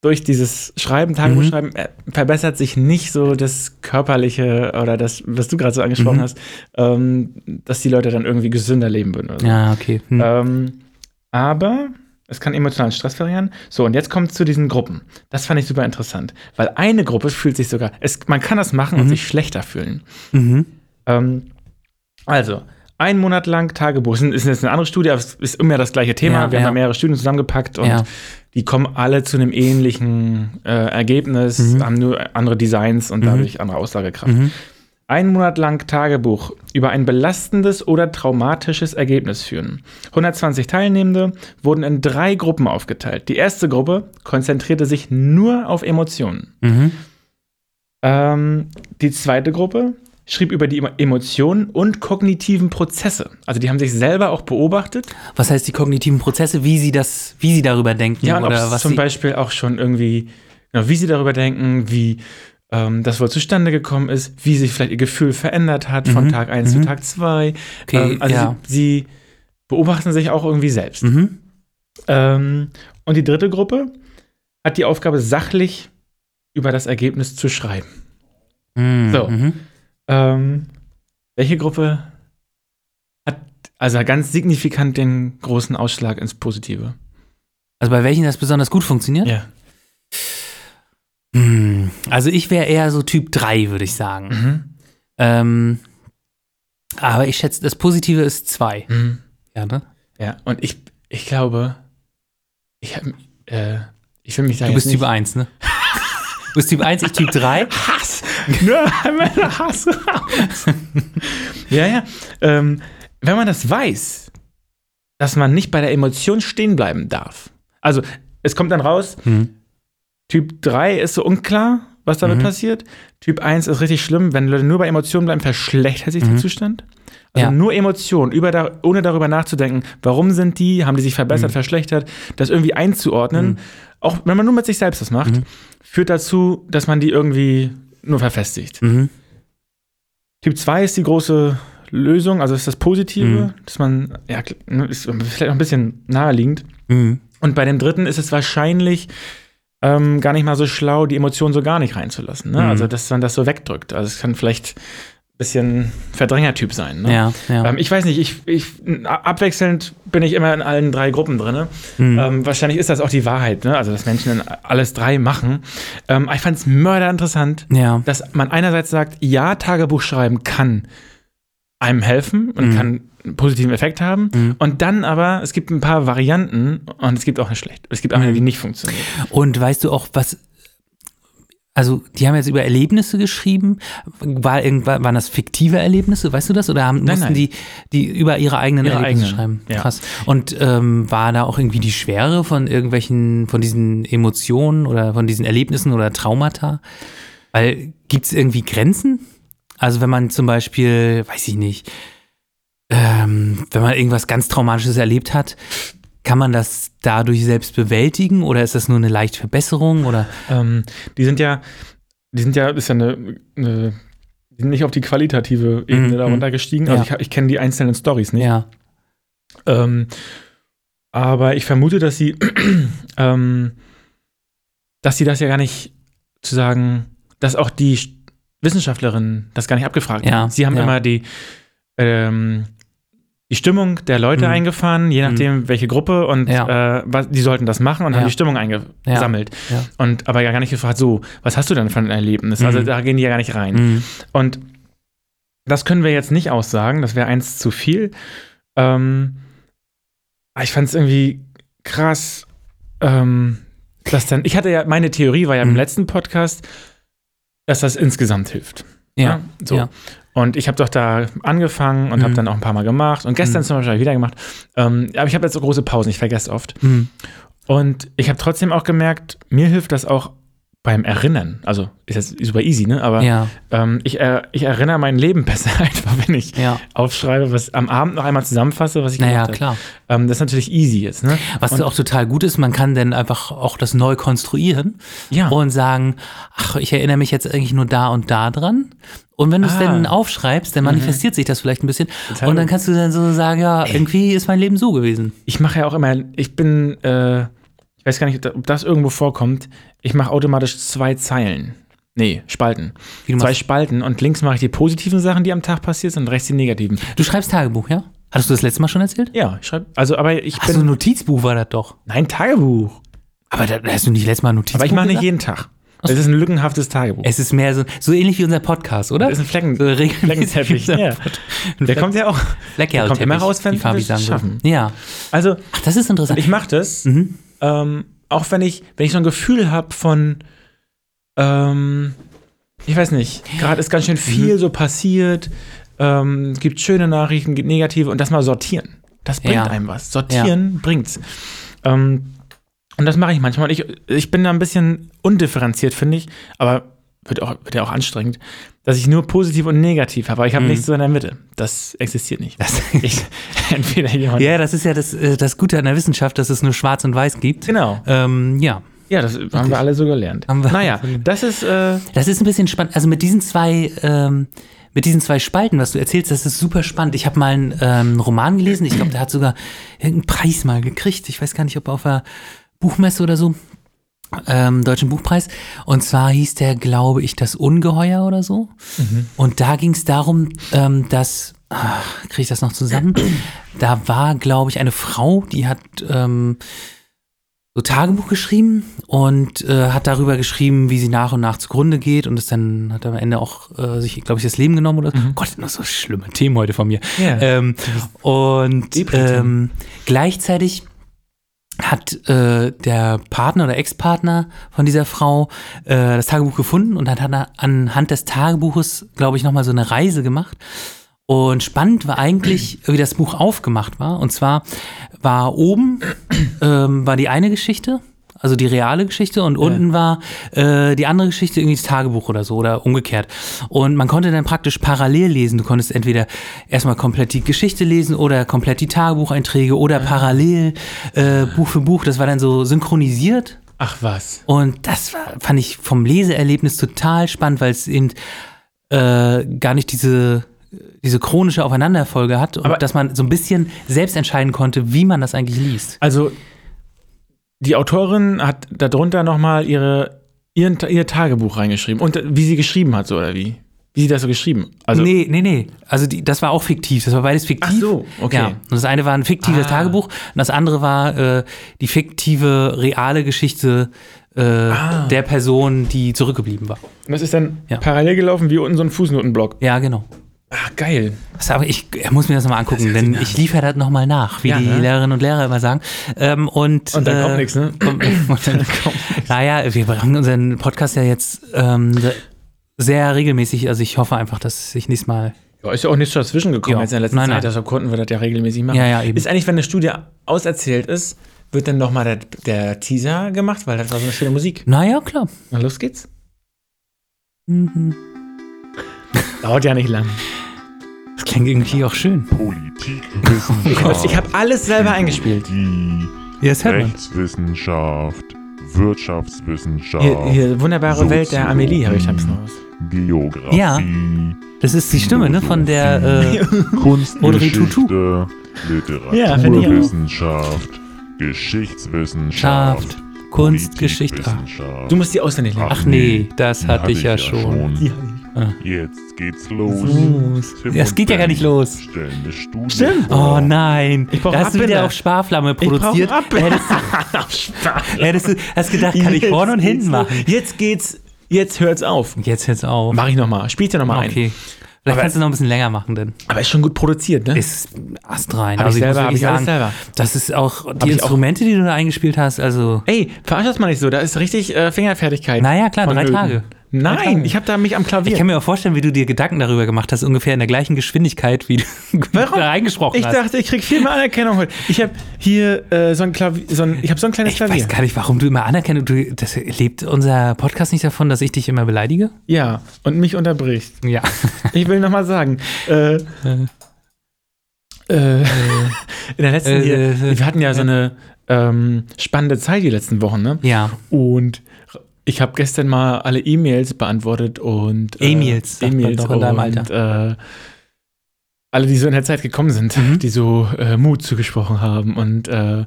durch dieses Schreiben,
Mhm.
Tagebuchschreiben, äh, verbessert sich nicht so das Körperliche oder das, was du gerade so angesprochen
Mhm.
hast, ähm, dass die Leute dann irgendwie gesünder leben würden. Oder so.
ja, okay. Hm.
Ähm, aber es kann emotionalen Stress verringern. So, und jetzt kommt es zu diesen Gruppen. Das fand ich super interessant, weil eine Gruppe fühlt sich sogar, es, man kann das machen und sich schlechter fühlen.
mhm.
Ähm, Also, ein Monat lang Tagebuch. Es ist jetzt eine andere Studie, aber es ist immer das gleiche Thema.
Ja,
Wir
ja.
haben da mehrere Studien zusammengepackt und
Ja.
die kommen alle zu einem ähnlichen äh, Ergebnis,
Mhm.
haben nur andere Designs und dadurch andere Aussagekraft. Ein Monat lang Tagebuch über ein belastendes oder traumatisches Ergebnis führen. 120 Teilnehmende wurden in drei Gruppen aufgeteilt. Die erste Gruppe konzentrierte sich nur auf Emotionen.
Mhm.
Ähm, die zweite Gruppe schrieb über die Emo- Emotionen und kognitiven Prozesse. Also die haben sich selber auch beobachtet.
Was heißt die kognitiven Prozesse, wie sie das, wie sie darüber denken
Ja, und ob
oder
es
was
zum
sie,
Beispiel auch schon irgendwie, ja, wie sie darüber denken, wie ähm, das wohl zustande gekommen ist, wie sich vielleicht ihr Gefühl verändert hat von Tag 1 zu Tag 2.
Mhm. Okay,
ähm, also
ja.
sie, sie beobachten sich auch irgendwie selbst.
Mhm.
Ähm, und die dritte Gruppe hat die Aufgabe, sachlich über das Ergebnis zu schreiben.
Mhm.
So.
Mhm.
Ähm, welche Gruppe hat also ganz signifikant den großen Ausschlag ins Positive?
Also bei welchen das besonders gut funktioniert?
Ja.
Hm, Also ich wäre eher so Typ 3, würde ich sagen.
Mhm.
Ähm, aber ich schätze, das Positive ist 2.
Mhm.
Ja, ne?
Ja, und ich, ich glaube, ich hab, äh, ich will mich da
Du
jetzt
bist Typ
nicht
1, ne? Du bist Typ 1, ich Typ 3.
Hass. Nur einmal Hass raus. ja, ja. Ähm, wenn man das weiß, dass man nicht bei der Emotion stehen bleiben darf. Also, es kommt dann raus,
Hm.
Typ 3 ist so unklar, was damit
Mhm.
passiert. Typ 1 ist richtig schlimm. Wenn Leute nur bei Emotionen bleiben, verschlechtert sich der Zustand. Also
Mhm. Ja.
nur Emotionen, über da, ohne darüber nachzudenken, warum sind die, haben die sich
Mhm.
verbessert, verschlechtert, das irgendwie einzuordnen, auch wenn man nur mit sich selbst das
Mhm.
macht, führt dazu, dass man die irgendwie nur verfestigt.
Mhm.
Typ 2 ist die große Lösung, also ist das
Mhm.
Positive, dass man, ja, ne, ist vielleicht auch ein bisschen naheliegend.
Mhm.
Und bei dem dritten ist es wahrscheinlich ähm, gar nicht mal so schlau, die Emotionen so gar nicht reinzulassen. Ne?
Mhm.
Also, dass man das so wegdrückt. Also, es kann vielleicht ein bisschen Verdrängertyp sein. Ne?
Ja, ja.
Ähm, ich weiß nicht, ich, ich, n- a- abwechselnd bin ich immer in allen drei Gruppen drin.
Mhm.
Ähm, wahrscheinlich ist das auch die Wahrheit, ne? also dass Menschen dann alles drei machen. Ähm, aber ich fand es mörderinteressant,
ja.
dass man einerseits sagt, ja, Tagebuch schreiben kann einem helfen und
Mhm.
kann einen positiven Effekt haben.
Mhm.
Und dann aber, es gibt ein paar Varianten und es gibt auch eine schlecht. Es gibt auch
Mhm.
eine, die nicht funktioniert.
Und weißt du auch, was. Also, die haben jetzt über Erlebnisse geschrieben. War irgendwann, waren das fiktive Erlebnisse? Weißt du das? Oder haben,
Nein,
mussten
nein.
die, die über ihre eigenen
Ihre
Erlebnisse
eigenen,
schreiben?
ja.
Krass. Und ähm, war da auch irgendwie die Schwere von irgendwelchen, von diesen Emotionen oder von diesen Erlebnissen oder Traumata? Weil gibt es irgendwie Grenzen? Also, wenn man zum Beispiel, weiß ich nicht, ähm, wenn man irgendwas ganz Traumatisches erlebt hat, kann man das dadurch selbst bewältigen oder ist das nur eine leichte Verbesserung oder
Ähm, die sind ja, die sind ja, ist ja eine, eine die sind nicht auf die qualitative Ebene
Mhm.
da runtergestiegen. Also
Ja.
ich, hab- ich kenne die einzelnen Stories nicht.
ja.
Ähm, aber ich vermute, dass sie, ähm, dass sie das ja gar nicht zu sagen, dass auch die Sch- Wissenschaftlerinnen das gar nicht abgefragt
Ja,
haben. Sie haben
ja.
immer die, ähm, die Stimmung der Leute
Mhm.
eingefahren, je nachdem, welche Gruppe und
Ja.
äh, was, die sollten das machen und
Ja.
haben die Stimmung eingesammelt.
Ja.
Und aber ja gar nicht gefragt, so, was hast du denn für ein Erlebnis? Also
Mhm.
da gehen die ja gar nicht rein.
Mhm.
Und das können wir jetzt nicht aussagen, das wäre eins zu viel. Ähm, aber ich fand es irgendwie krass, ähm, dass dann, ich hatte ja, meine Theorie war ja im
Mhm.
letzten Podcast, dass das insgesamt hilft.
Ja.
So.
ja.
Und ich habe doch da angefangen und habe
Mhm.
dann auch ein paar Mal gemacht und gestern
Mhm.
zum Beispiel hab ich wieder gemacht. Ähm, aber ich habe jetzt so große Pausen, ich vergesse oft.
Mhm.
Und ich habe trotzdem auch gemerkt, mir hilft das auch beim Erinnern. Also ist jetzt super easy, ne? Aber
ja,
ähm, ich, er, ich erinnere mein Leben besser einfach, wenn ich
ja.
aufschreibe, was am Abend noch einmal zusammenfasse, was ich
Naja,
gemacht
klar.
habe. Ähm, das ist natürlich easy jetzt, ne?
Was
Und-
auch total gut ist, man kann dann einfach auch das neu konstruieren
Ja.
und sagen, ach, ich erinnere mich jetzt eigentlich nur da und da dran. Und wenn du es
Ah.
dann aufschreibst, dann manifestiert sich das vielleicht ein bisschen.
Total
und dann
gut.
kannst du dann so sagen, ja, irgendwie ist mein Leben so gewesen.
Ich mache ja auch immer, ich bin, äh, ich weiß gar nicht, ob das irgendwo vorkommt, ich mache automatisch zwei Zeilen. Nee, Spalten.
Wie du
Zwei
machst.
Spalten und links mache ich die positiven Sachen, die am Tag passiert sind, und rechts die negativen.
Du schreibst Tagebuch, ja? Hattest du das letzte Mal schon erzählt?
Ja, ich schreibe, also aber ich bin,
Also ein Notizbuch war das doch.
nein, Tagebuch.
Aber da hast du nicht letztes Mal ein Notizbuch
Aber ich mache nicht
gesagt?
jeden Tag. Es ist ein lückenhaftes Tagebuch.
Es ist mehr so, so ähnlich wie unser Podcast, oder?
Das ist ein Flecken-
so regelmäßig
Fleckenteppich,
unser
ja.
Pod- ein
Der
Fleck-
kommt ja auch.
Blackout
der kommt immer
Teppich,
raus, wenn
die Fabi
wir es
sagen würde.
schaffen.
Ja.
Also,
Ach, das ist interessant.
ich mache das,
Mhm.
ähm, auch wenn ich, wenn ich so ein Gefühl habe von, ähm, ich weiß nicht, gerade ist ganz
Mhm.
schön viel so passiert, ähm, gibt schöne Nachrichten, gibt negative und das mal sortieren. Das bringt
Ja.
einem was. Sortieren bringt's. Ähm, und das mache ich manchmal. Ich, ich bin da ein bisschen undifferenziert, finde ich, aber wird, auch, wird ja auch anstrengend, dass ich nur positiv und negativ habe, aber ich
Mhm.
habe nichts so in der Mitte. Das existiert nicht. ich, entweder jemand.
ja, das ist ja das, äh, das Gute an der Wissenschaft, dass es nur schwarz und weiß gibt.
Genau.
Ähm, ja.
Ja, das haben wir alle so gelernt.
Haben wir-
naja, das ist, äh,
Das ist ein bisschen spannend. Also mit diesen zwei, ähm, mit diesen zwei Spalten, was du erzählst, das ist super spannend. Ich habe mal einen ähm, Roman gelesen. Ich glaube, der hat sogar irgendeinen Preis mal gekriegt. Ich weiß gar nicht, ob auf der Buchmesse oder so. Ähm, Deutschen Buchpreis. Und zwar hieß der, glaube ich, das Ungeheuer oder so. Und da ging es darum, ähm, dass, kriege ich das noch zusammen? Da war, glaube ich, eine Frau, die hat ähm, so Tagebuch geschrieben und äh, hat darüber geschrieben, wie sie nach und nach zugrunde geht und es dann hat am Ende auch äh, sich, glaube ich, das Leben genommen oder so. Gott, noch so schlimme Themen heute von mir.
Ja.
Ähm, und
Depressiv.
ähm, gleichzeitig hat äh, der Partner oder Ex-Partner von dieser Frau äh, das Tagebuch gefunden und hat dann anhand des Tagebuches, glaube ich, nochmal so eine Reise gemacht. Und spannend war eigentlich, wie das Buch aufgemacht war. Und zwar war oben ähm, war die eine Geschichte, also die reale Geschichte, und unten war äh, die andere Geschichte, irgendwie das Tagebuch oder so oder umgekehrt. Und man konnte dann praktisch parallel lesen. Du konntest entweder erstmal komplett die Geschichte lesen oder komplett die Tagebucheinträge oder parallel äh, Buch für Buch. Das war dann so synchronisiert.
ach was.
Und das war, fand ich vom Leseerlebnis total spannend, weil es eben äh, gar nicht diese, diese chronische Aufeinanderfolge hat und
Aber-
dass man so ein bisschen selbst entscheiden konnte, wie man das eigentlich liest.
Also, die Autorin hat darunter nochmal ihre, ihren, ihr Tagebuch reingeschrieben und äh, wie sie geschrieben hat, so oder wie? Wie sie das so geschrieben? Also,
nee, nee, nee. Also die, das war auch fiktiv. Das war beides fiktiv.
Ach so, okay.
Ja. Und das eine war ein fiktives
Ah.
Tagebuch und das andere war äh, die fiktive, reale Geschichte äh,
Ah.
der Person, die zurückgeblieben war.
das ist dann
Ja.
parallel gelaufen wie unten so ein Fußnotenblock.
Ja, genau.
Ach, Ah, geil.
Das aber ich, er muss mir das nochmal angucken, denn ich liefere das nochmal nach, wie
Ja,
die
ne?
Lehrerinnen und Lehrer immer sagen. Ähm, und,
Und dann kommt nichts, ne?
kommt- und dann kommt naja, wir machen unseren Podcast ja jetzt ähm, sehr regelmäßig. Also ich hoffe einfach, dass ich nächstes Mal.
Ja, ist ja auch nichts dazwischen gekommen
Ja.
jetzt in der letzten
Nein,
Zeit,
nein.
deshalb konnten wir das ja regelmäßig machen.
Ja, ja, eben.
Ist eigentlich, wenn eine Studie auserzählt ist, wird dann nochmal der, der Teaser gemacht, weil das war so eine schöne Musik.
Naja, klar.
Na, los geht's.
Mhm.
Dauert ja nicht lang.
Das klingt irgendwie auch schön. Oh.
Politikwissenschaft.
Gott, ich habe alles selber eingespielt.
Die
Ja, das hört man.
Rechtswissenschaft, Wirtschaftswissenschaft,
Hier,
Oh.
hier wunderbare Welt der Amelie habe ich hab's noch aus.
Geografie,
Ja. Das ist die Stimme, ne? Von der. Äh,
Kunstgeschichte,
Ja, finde ich auch.
Literaturwissenschaft, Geschichtswissenschaft,
Schaft, Kunstgeschichte. Ah.
Du
Politikwissenschaft.
musst die auswendig lernen.
Ach nee, das
die
hatte ich ja schon.
Jetzt geht's los.
Los.
Tim
Ja, es
und
geht ja gar
Ben
nicht los.
Stellen eine Studie
Stimmt.
Oh
vor.
nein.
Ich brauch
das ist
Abbinder.
wieder auf Sparflamme produziert. Hättest du hast gedacht, kann ich vorne und hinten machen.
Jetzt geht's, jetzt hört's auf.
Jetzt hört's auf.
Mach ich nochmal, spiel's ja nochmal ein.
Okay. Vielleicht kannst du noch ein bisschen länger machen, denn
Aber ist schon gut produziert, ne?
ist astrein. Also
Hab ich selber, hab
wirklich
ich alles selber.
das ist auch die
ich auch-
Instrumente, die du da eingespielt hast. Also
Ey, verarsch das mal nicht so, da ist richtig äh, Fingerfertigkeit.
Naja, klar, drei
vonnöten.
Tage.
Nein,
Drei Tage.
ich habe da mich am Klavier.
ich kann mir auch vorstellen, wie du dir Gedanken darüber gemacht hast, ungefähr in der gleichen Geschwindigkeit, wie du
Warum?
da eingesprochen
ich
hast.
dachte, ich krieg viel mehr Anerkennung heute. Ich habe hier äh, so ein Klavier, so ein, ich habe so ein kleines
Ich
Klavier.
weiß gar nicht, warum du immer Anerkennung. Du, das lebt unser Podcast nicht davon, dass ich dich immer beleidige?
Ja, und mich unterbricht.
Ja.
Ich will nochmal sagen, äh, äh, in der letzten,
Äh,
hier,
äh,
wir hatten ja so eine ähm, spannende Zeit die letzten Wochen, ne?
Ja.
Und ich habe gestern mal alle E-Mails beantwortet und äh,
E-Mails, sagt man
E-Mails
doch in deinem
und äh, alle, die so in der Zeit gekommen sind,
Mhm.
die so äh, Mut zugesprochen haben und äh,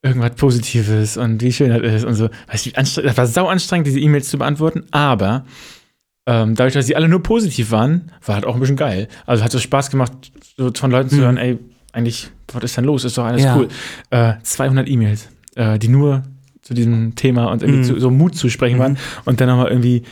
irgendwas Positives und wie schön das ist und so. Weißt du, wie anstrengend, das war sau anstrengend, diese E-Mails zu beantworten, aber ähm, dadurch, dass die alle nur positiv waren, war halt auch ein bisschen geil. Also hat es Spaß gemacht, so von Leuten
Mhm.
zu hören, ey, eigentlich, was ist denn los? Ist doch alles
Ja.
cool. Äh, 200 E-Mails, äh, die nur zu diesem Thema und
Mhm.
irgendwie zu, so Mut zu sprechen waren. Und dann nochmal irgendwie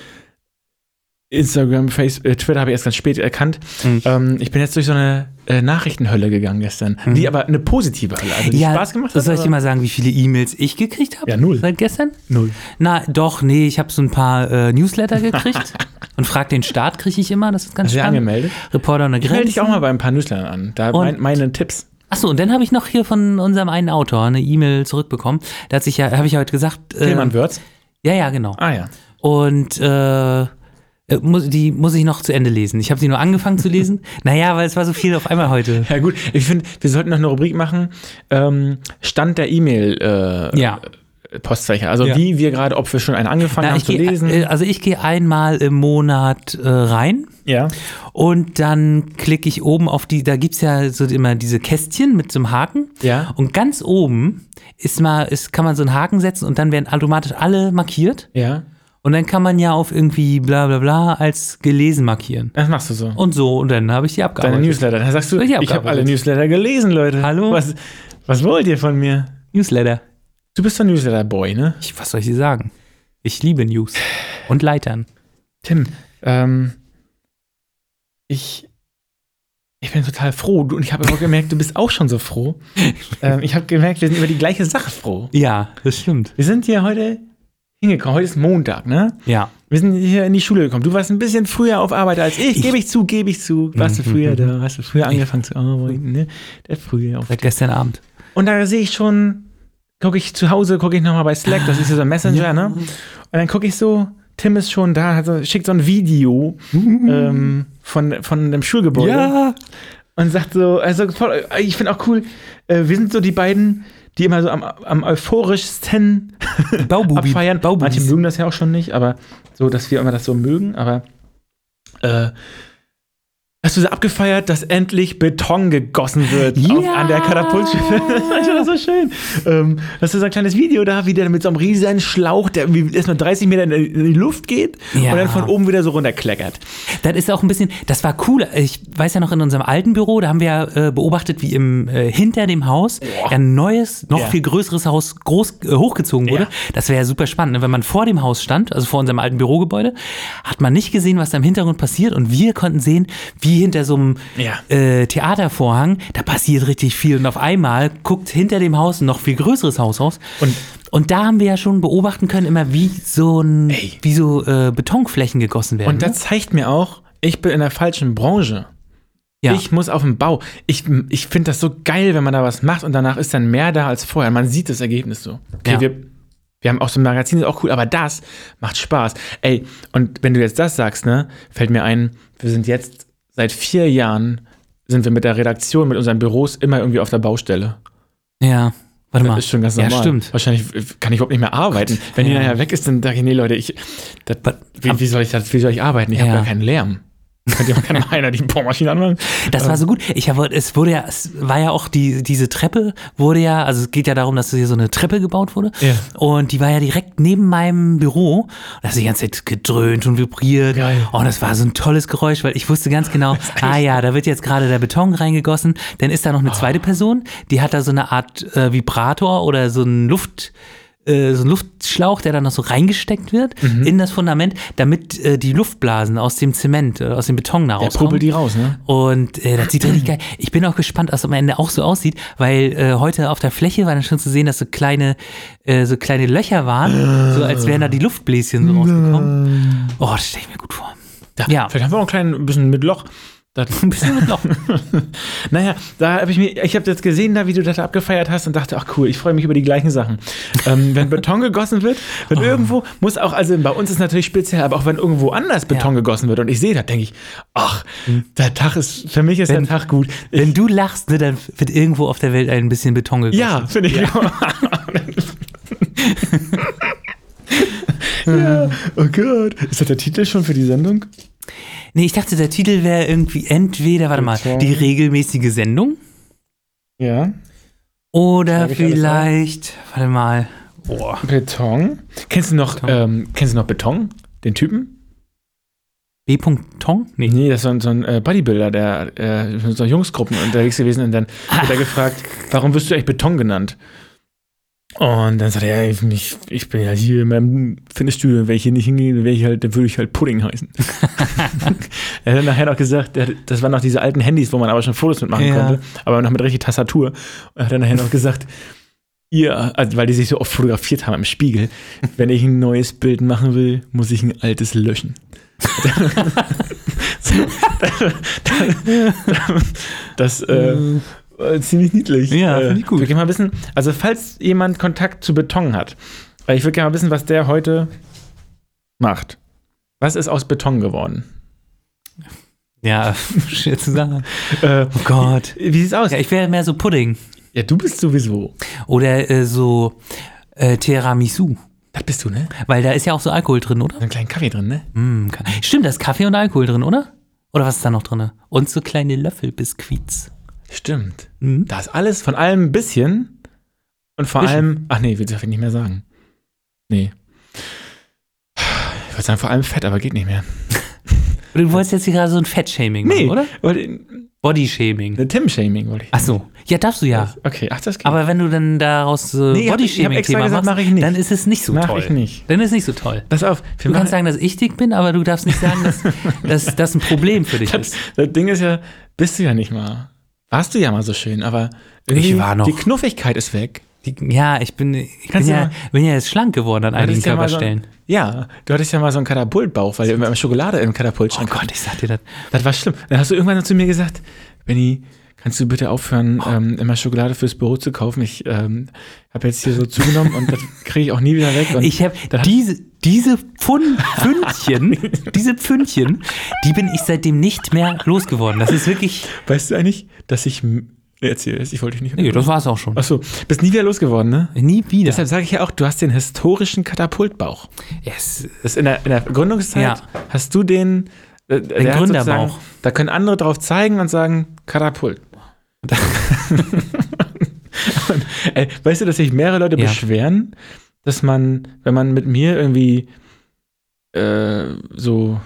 Instagram, Facebook, äh, Twitter habe ich erst ganz spät erkannt.
Mhm.
Ähm, ich bin jetzt durch so eine äh, Nachrichtenhölle gegangen gestern, die aber eine positive Hölle, also die Spaß gemacht hat.
Mhm. Soll ich
aber-
dir mal sagen, wie viele E-Mails ich gekriegt habe?
Ja, null.
Seit gestern?
Null.
Na, doch, nee, ich habe so ein paar äh, Newsletter gekriegt. und frag den Staat kriege ich immer, das ist ganz
Hast du dich
spannend.
angemeldet?
Reporter ohne
Ich melde
Grenzen.
dich auch mal bei ein paar Newslettern an. Da
Und-
mein, meine Tipps.
Achso, und dann habe ich noch hier von unserem einen Autor eine E-Mail zurückbekommen. Da hat sich ja, habe ich ja heute gesagt. Äh,
Tillmann Würz.
ja, ja, genau.
Ah ja.
Und äh, äh, muss, die muss ich noch zu Ende lesen. Ich habe sie nur angefangen zu lesen. Naja, weil es war so viel auf einmal heute.
Ja gut, ich finde, wir sollten noch eine Rubrik machen. Ähm, Stand der E-Mail äh,
Ja.
Postfächer. Also
Ja.
wie wir gerade, ob wir schon einen angefangen
Na,
haben
ich
zu
geh,
lesen.
äh, also ich gehe einmal im Monat äh, rein
ja.
und dann klicke ich oben auf die, da gibt's ja so immer diese Kästchen mit so einem Haken.
Ja.
Und ganz oben ist mal, ist, kann man so einen Haken setzen und dann werden automatisch alle markiert.
Ja.
Und dann kann man ja auf irgendwie bla bla bla als gelesen markieren.
Das machst du so.
Und so, und dann habe ich die
Deine
abgearbeitet.
Newsletter. Da sagst du,
Ich
ich
hab
habe hab alle
gearbeitet.
Newsletter gelesen, Leute.
Hallo?
Was, was wollt ihr von mir?
Newsletter.
Du bist doch Newsletter-Boy, ne?
Ich, was soll ich dir sagen? Ich liebe News. Und Leitern.
Tim, ähm, ich, ich bin total froh. Du, und ich habe auch gemerkt, du bist auch schon so froh. ähm, ich habe gemerkt, wir sind über die gleiche Sache froh.
Ja, das stimmt.
Wir sind hier heute hingekommen. Heute ist Montag, ne?
Ja.
Wir sind hier in die Schule gekommen. Du warst ein bisschen früher auf Arbeit als ich. Gebe ich zu, gebe ich zu. Warst du früher da? Hast du früher angefangen zu arbeiten, ne? Der früher auf
Seit gestern Abend.
Und da sehe ich schon, gucke ich zu Hause, gucke ich nochmal bei Slack, das ist ja so ein Messenger, ne? Und dann gucke ich so, Tim ist schon da, hat so, schickt so ein Video ähm, von, von dem Schulgebäude und sagt so, also voll- ich finde auch cool, äh, wir sind so die beiden, die immer so am, am euphorischsten
Baububi.
abfeiern. Manche
Baububis.
mögen das ja auch schon nicht, aber so, dass wir immer das so mögen, aber äh, hast du so abgefeiert, dass endlich Beton gegossen wird
Ja.
auf, an der Katapultschiffe? das war so schön. Ähm, hast du so ein kleines Video da, wie der mit so einem riesen Schlauch, der irgendwie erstmal 30 Meter in die, in die Luft geht
Ja.
und dann von oben wieder so runterkleckert.
Das ist auch ein bisschen, das war cool. Ich weiß ja noch in unserem alten Büro, da haben wir äh, beobachtet, wie im äh, hinter dem Haus ein neues, noch
Ja.
viel größeres Haus groß äh, hochgezogen wurde.
Ja.
Das wäre ja super spannend. Ne? Wenn man vor dem Haus stand, also vor unserem alten Bürogebäude, hat man nicht gesehen, was da im Hintergrund passiert. Und wir konnten sehen, wie hinter so einem
Ja.
äh, Theatervorhang, da passiert richtig viel. Und auf einmal guckt hinter dem Haus ein noch viel größeres Haus raus.
Und-
Und da haben wir ja schon beobachten können, immer wie so ein,
Ey.
wie so äh, Betonflächen gegossen werden. ne?
Und das zeigt mir auch, ich bin in der falschen Branche.
Ja.
Ich muss auf den Bau. Ich, ich finde das so geil, wenn man da was macht und danach ist dann mehr da als vorher. Man sieht das Ergebnis so. Okay,
Ja.
wir, wir haben auch so ein Magazin, ist auch cool, aber das macht Spaß. Ey, und wenn du jetzt das sagst, ne, fällt mir ein, wir sind jetzt seit vier Jahren sind wir mit der Redaktion, mit unseren Büros immer irgendwie auf der Baustelle.
ne? Ja. Warte mal.
Das ist schon ganz
Ja,
normal.
stimmt.
Wahrscheinlich äh, kann ich überhaupt nicht mehr arbeiten. Wenn die
Ja.
nachher weg ist, dann sage ich, nee, Leute, ich, das,
Aber-
wie, wie, soll ich das, wie soll ich arbeiten? Ich
Ja.
habe gar keinen Lärm. Könnt ihr auch keiner einer die Bohrmaschine anmachen?
Das
Ähm.
war so gut. Ich habe, es wurde ja, es war ja auch die, diese Treppe wurde ja, also es geht ja darum, dass hier so eine Treppe gebaut wurde.
Ja.
Und die war ja direkt neben meinem Büro. Und Das hat die ganze Zeit gedröhnt und vibriert.
Geil.
Oh, das war so ein tolles Geräusch, weil ich wusste ganz genau, ah ja, da wird jetzt gerade der Beton reingegossen. Dann ist da
Oh.
noch eine zweite Person, die hat da so eine Art äh, Vibrator oder so einen Luft, äh, so ein Luftschlauch, der dann noch so reingesteckt wird
Mhm.
in das Fundament, damit äh, die Luftblasen aus dem Zement, äh, aus dem Beton da
Der
rauskommen.
puppelt die raus, ne?
Und äh, das sieht richtig geil. Ich bin auch gespannt, was am Ende auch so aussieht, weil äh, heute auf der Fläche war dann schon zu sehen, dass so kleine, äh, so kleine Löcher waren, so als wären da die Luftbläschen so rausgekommen. Oh, das stelle ich mir gut vor.
Da,
Ja.
Vielleicht haben wir auch ein klein bisschen mit Loch. Das,
Ein bisschen mit Loch.
naja, da habe ich mir, ich habe jetzt gesehen, da, wie du das da abgefeiert hast und dachte, ach cool, ich freue mich über die gleichen Sachen. ähm, wenn Beton gegossen wird,
Oh.
wenn irgendwo muss auch, also bei uns ist natürlich speziell, aber auch wenn irgendwo anders Beton gegossen wird und ich sehe das, denke ich, ach, der Tag ist, für mich ist
Hm. Wenn-
der Tag gut.
Wenn du lachst, ne, dann wird irgendwo auf der Welt ein bisschen Beton gegossen.
Ja, finde ich. Ja. ja. Oh Gott. Ist das der Titel schon für die Sendung?
Nee, ich dachte, der Titel wäre irgendwie entweder, warte mal,
Beton.
die regelmäßige Sendung
Ja.
oder
Schreib ich alles auf?
vielleicht, warte mal, boah.
Beton. Kennst du noch,
Beton.
Ähm, kennst du noch Beton? Den Typen?
B. Tong? Nee.
Nee, das ist so ein, so ein äh, Bodybuilder, der äh, mit so Jungsgruppen unterwegs gewesen und dann wird er gefragt, warum wirst du eigentlich Beton genannt? Und dann sagt er, ja, ich, ich, ich bin ja hier in meinem Fitnessstudio, wenn ich hier nicht hingehe, dann, wär ich halt, dann würde ich halt Pudding heißen. er hat nachher noch gesagt, er hat- das waren noch diese alten Handys, wo man aber schon Fotos mitmachen
Ja.
konnte, aber noch mit richtig Tastatur. Und er hat dann nachher noch gesagt, ihr, also weil die sich so oft fotografiert haben im Spiegel, wenn ich ein neues Bild machen will, muss ich ein altes löschen. das, äh, äh, ziemlich niedlich.
Ja,
äh,
finde ich gut.
Wir gehen mal wissen, also falls jemand Kontakt zu Beton hat, weil ich würde gerne mal wissen, was der heute macht. Was ist aus Beton geworden?
Ja, schwer zu sagen.
Äh,
Oh Gott.
wie sieht's aus?
Ja,
Ja,
ich wäre mehr so Pudding.
du bist sowieso.
Oder äh, so äh, Tiramisu.
Das bist du, ne?
Weil da ist ja auch so Alkohol drin, oder?
Einen kleinen Kaffee drin, ne?
Mm, Ka- Stimmt, da ist Kaffee und Alkohol drin, oder? Oder was ist da noch drin? Und so kleine Löffelbiskuits.
Stimmt.
Mhm.
Da ist alles von allem ein bisschen und vor
Bisschen.
allem. Ach nee, wir dürfen nicht mehr sagen. Nee. Ich würde sagen, vor allem Fett, aber geht nicht mehr.
Du wolltest jetzt hier gerade so ein Fettshaming machen, oder?
Wollte,
Bodyshaming.
ne Tim-Shaming wollte ich.
Ach so. Ja, darfst du ja.
Okay, ach, das geht.
Ah. Aber wenn du dann daraus so
Nee, ich hab- ich hab extra
Bodyshaming-Thema
gesagt,
machst,
mach ich nicht.
dann ist es nicht so
Mach
toll.
ich nicht.
Dann ist es nicht so toll.
Pass auf, wir
Du
machen-
kannst sagen, dass ich dick bin, aber du darfst nicht sagen, dass, dass das ein Problem für dich ist.
Das Ding ist ja, bist du ja nicht mal. Warst du ja mal so schön, aber irgendwie
Ich war noch.
die Knuffigkeit ist weg.
Die- Ja, ich bin, ich bin,
Kannst du
ja,
mal-
bin ja jetzt schlank geworden an einigen
hattest ja mal so
Körperstellen.
ein- ja, du hattest ja mal so einen Katapultbauch, weil du immer Schokolade im Katapult
oh Gott, ich sag dir das.
Das war schlimm. Dann hast du irgendwann zu mir gesagt, Benny, kannst du bitte aufhören, ähm, immer Schokolade fürs Büro zu kaufen? Ich ähm, habe jetzt hier so zugenommen und das kriege ich auch nie wieder weg. Und
Ich habe
dann hat-
diese, diese Pfund, Pfündchen, diese Pfündchen, die bin ich seitdem nicht mehr losgeworden. Das ist wirklich.
weißt du eigentlich, dass ich m- erzähl es, ich wollte dich nicht.
Nee, das war's auch schon.
Ach so, bist nie wieder losgeworden, ne?
Nie wieder.
Deshalb sage ich ja auch, du hast den historischen Katapultbauch.
Yes.
Das in, der, in der Gründungszeit
Ja.
hast du den, äh, der hat
Gründerbauch.
sozusagen- Da können andere drauf zeigen und sagen, Katapult. und, ey, weißt du, dass sich mehrere Leute
Ja.
beschweren, dass man, wenn man mit mir irgendwie äh, so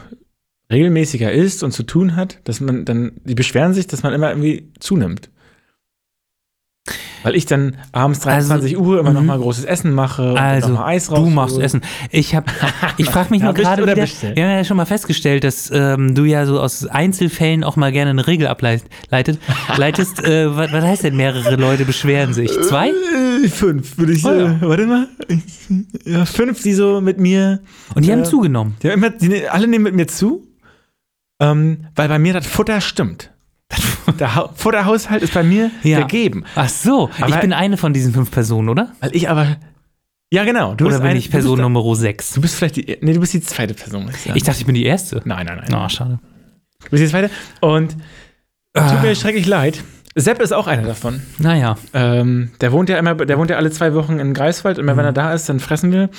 regelmäßiger ist und zu tun hat, dass man dann, die beschweren sich, dass man immer irgendwie zunimmt. Weil ich dann abends
Also-
23 Uhr immer noch
Mhm.
mal großes Essen mache
Also,
und noch mal Eis
du machst
raushole.
Essen. Ich habe, ich frage mich
Ja,
nur
bist-
gerade
oder
wieder,
bist du?
wir haben ja schon mal festgestellt, dass ähm, du ja so aus Einzelfällen auch mal gerne eine Regel ableitest. Leitest, äh, was, was heißt denn mehrere Leute beschweren sich? Zwei?
Äh, Fünf, würde ich
Oh
sagen. Warte mal. Ja, fünf, die so mit mir.
Und die haben
Ja.
zugenommen.
Die, haben immer, die ne- alle nehmen mit mir zu, ähm, weil bei mir das Futter stimmt. Der ha Futterhaushalt ist bei mir
Ja.
gegeben.
Ach so, ich
Aber-
bin eine von diesen fünf Personen, oder?
Weil ich aber. Ja, genau. Du
Oder bin
ein-
ich Person
du bist,
Nummer sechs?
du bist vielleicht die. Nee, du bist die zweite Person. muss sagen.
Ich dachte, ich bin die erste.
nein, nein, nein.
Na, schade.
Du bist die zweite. Und tut
Ah,
mir schrecklich leid. Sepp ist auch einer davon.
naja,
Ähm, der wohnt ja immer, der wohnt ja alle zwei Wochen in Greifswald. Immer
Mhm.
wenn er da ist, dann fressen wir.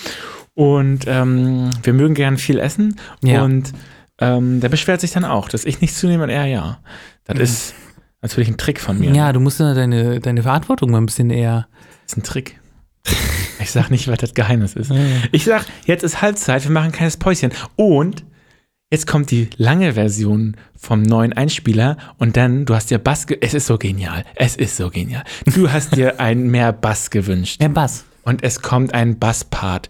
Und ähm, wir mögen gern viel essen.
Ja.
Und ähm, der beschwert sich dann auch, dass ich nicht zunehme und er ja. Das ist natürlich ein Trick von mir.
Mhm. ja. du musst ja deine, deine Verantwortung mal ein bisschen eher.
Das ist ein Trick. Ich sag nicht, was das Geheimnis ist. Ich sag, jetzt ist Halbzeit, wir machen keines Päuschen. Und jetzt kommt die lange Version vom neuen Einspieler und dann, du hast dir Bass, ge es ist so genial, es ist so genial. Du hast dir ein mehr Bass gewünscht.
Mehr Bass.
und es kommt ein Basspart.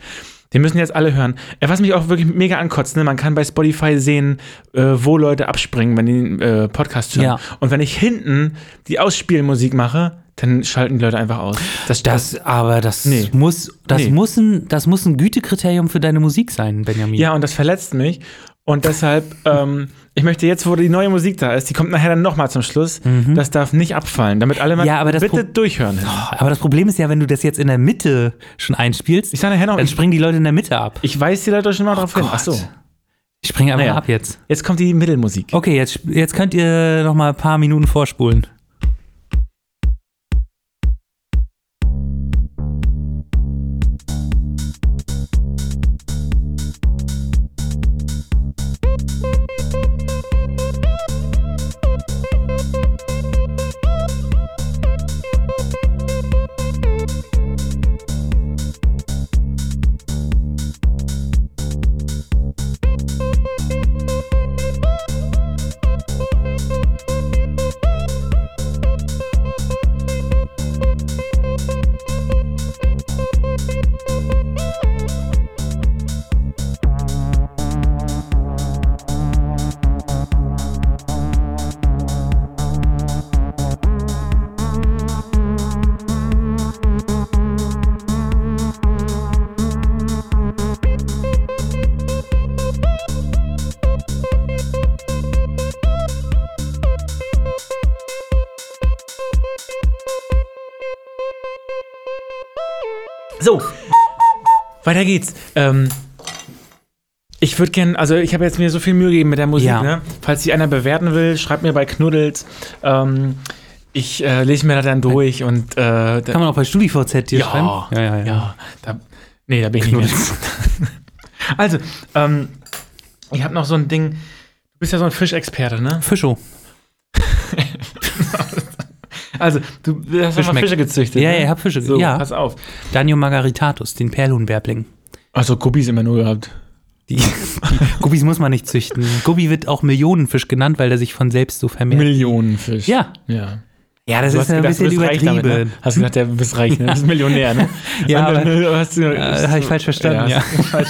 Den müssen jetzt alle hören. Äh, Was mich auch wirklich mega ankotzt, ne? man kann bei Spotify sehen, äh, wo Leute abspringen, wenn die den äh, Podcast hören.
Ja.
Und wenn ich hinten die Ausspielmusik mache, dann schalten die Leute einfach aus. Das,
Das, aber das
Nee.
muss, das
Nee.
muss ein, das muss ein Gütekriterium für deine Musik sein, Benjamin.
ja, und das verletzt mich. Und deshalb, ähm, ich möchte jetzt, wo die neue Musik da ist, die kommt nachher dann nochmal zum Schluss. Das darf nicht abfallen, damit alle mal
Mhm. Ja, aber das
bitte
Pro-
durchhören.
Oh, Aber das Problem ist ja, wenn du das jetzt in der Mitte schon einspielst,
Ich sage nachher noch,
dann
ich,
springen die Leute in der Mitte ab.
ich weise die Leute schon mal drauf hin.
Gott.
Achso,
Ich springe einfach
Naja.
ab jetzt.
jetzt kommt die Mittelmusik.
Okay, jetzt, sp- jetzt könnt ihr noch mal ein paar Minuten vorspulen.
So, weiter geht's. Ähm, ich würde gerne, also ich habe jetzt mir so viel Mühe gegeben mit der Musik.
Ja.
Ne? Falls die einer bewerten will, schreibt mir bei Knuddels. Ähm, ich äh, lese mir das dann durch und äh, da,
Kann man auch bei StudiVZ dir
Ja.
schreiben? Ja, ja,
ja, da, nee, da bin ich nicht
Knuddels.
mehr. Also, ähm, ich habe noch so ein Ding. Du bist ja so ein Fischexperte, ne?
Fischo.
Also, du hast ja mal
Fischmeck.
Fische gezüchtet.
Ja,
ne?
ja, ich hab Fische.
So,
ja,
pass auf.
Danio Margaritatus, den Perlhuhnbärbling.
Also, Guppies immer nur gehabt.
Die, die Gubbis muss man nicht züchten. Gubbi wird auch Millionenfisch genannt, weil der sich von selbst so vermehrt.
Millionen Fisch.
Ja.
Ja.
Ja, das Also
Du
ist
hast
ein
gedacht, du
bisschen
bist reich damit,
übertrieben.
ne? Hast gedacht, der bist reich, ne? Du bist Millionär, ne?
Ja,
Und dann,
aber-
ne, hast du,
Äh, hab ich falsch verstanden, ja.
hast du falsch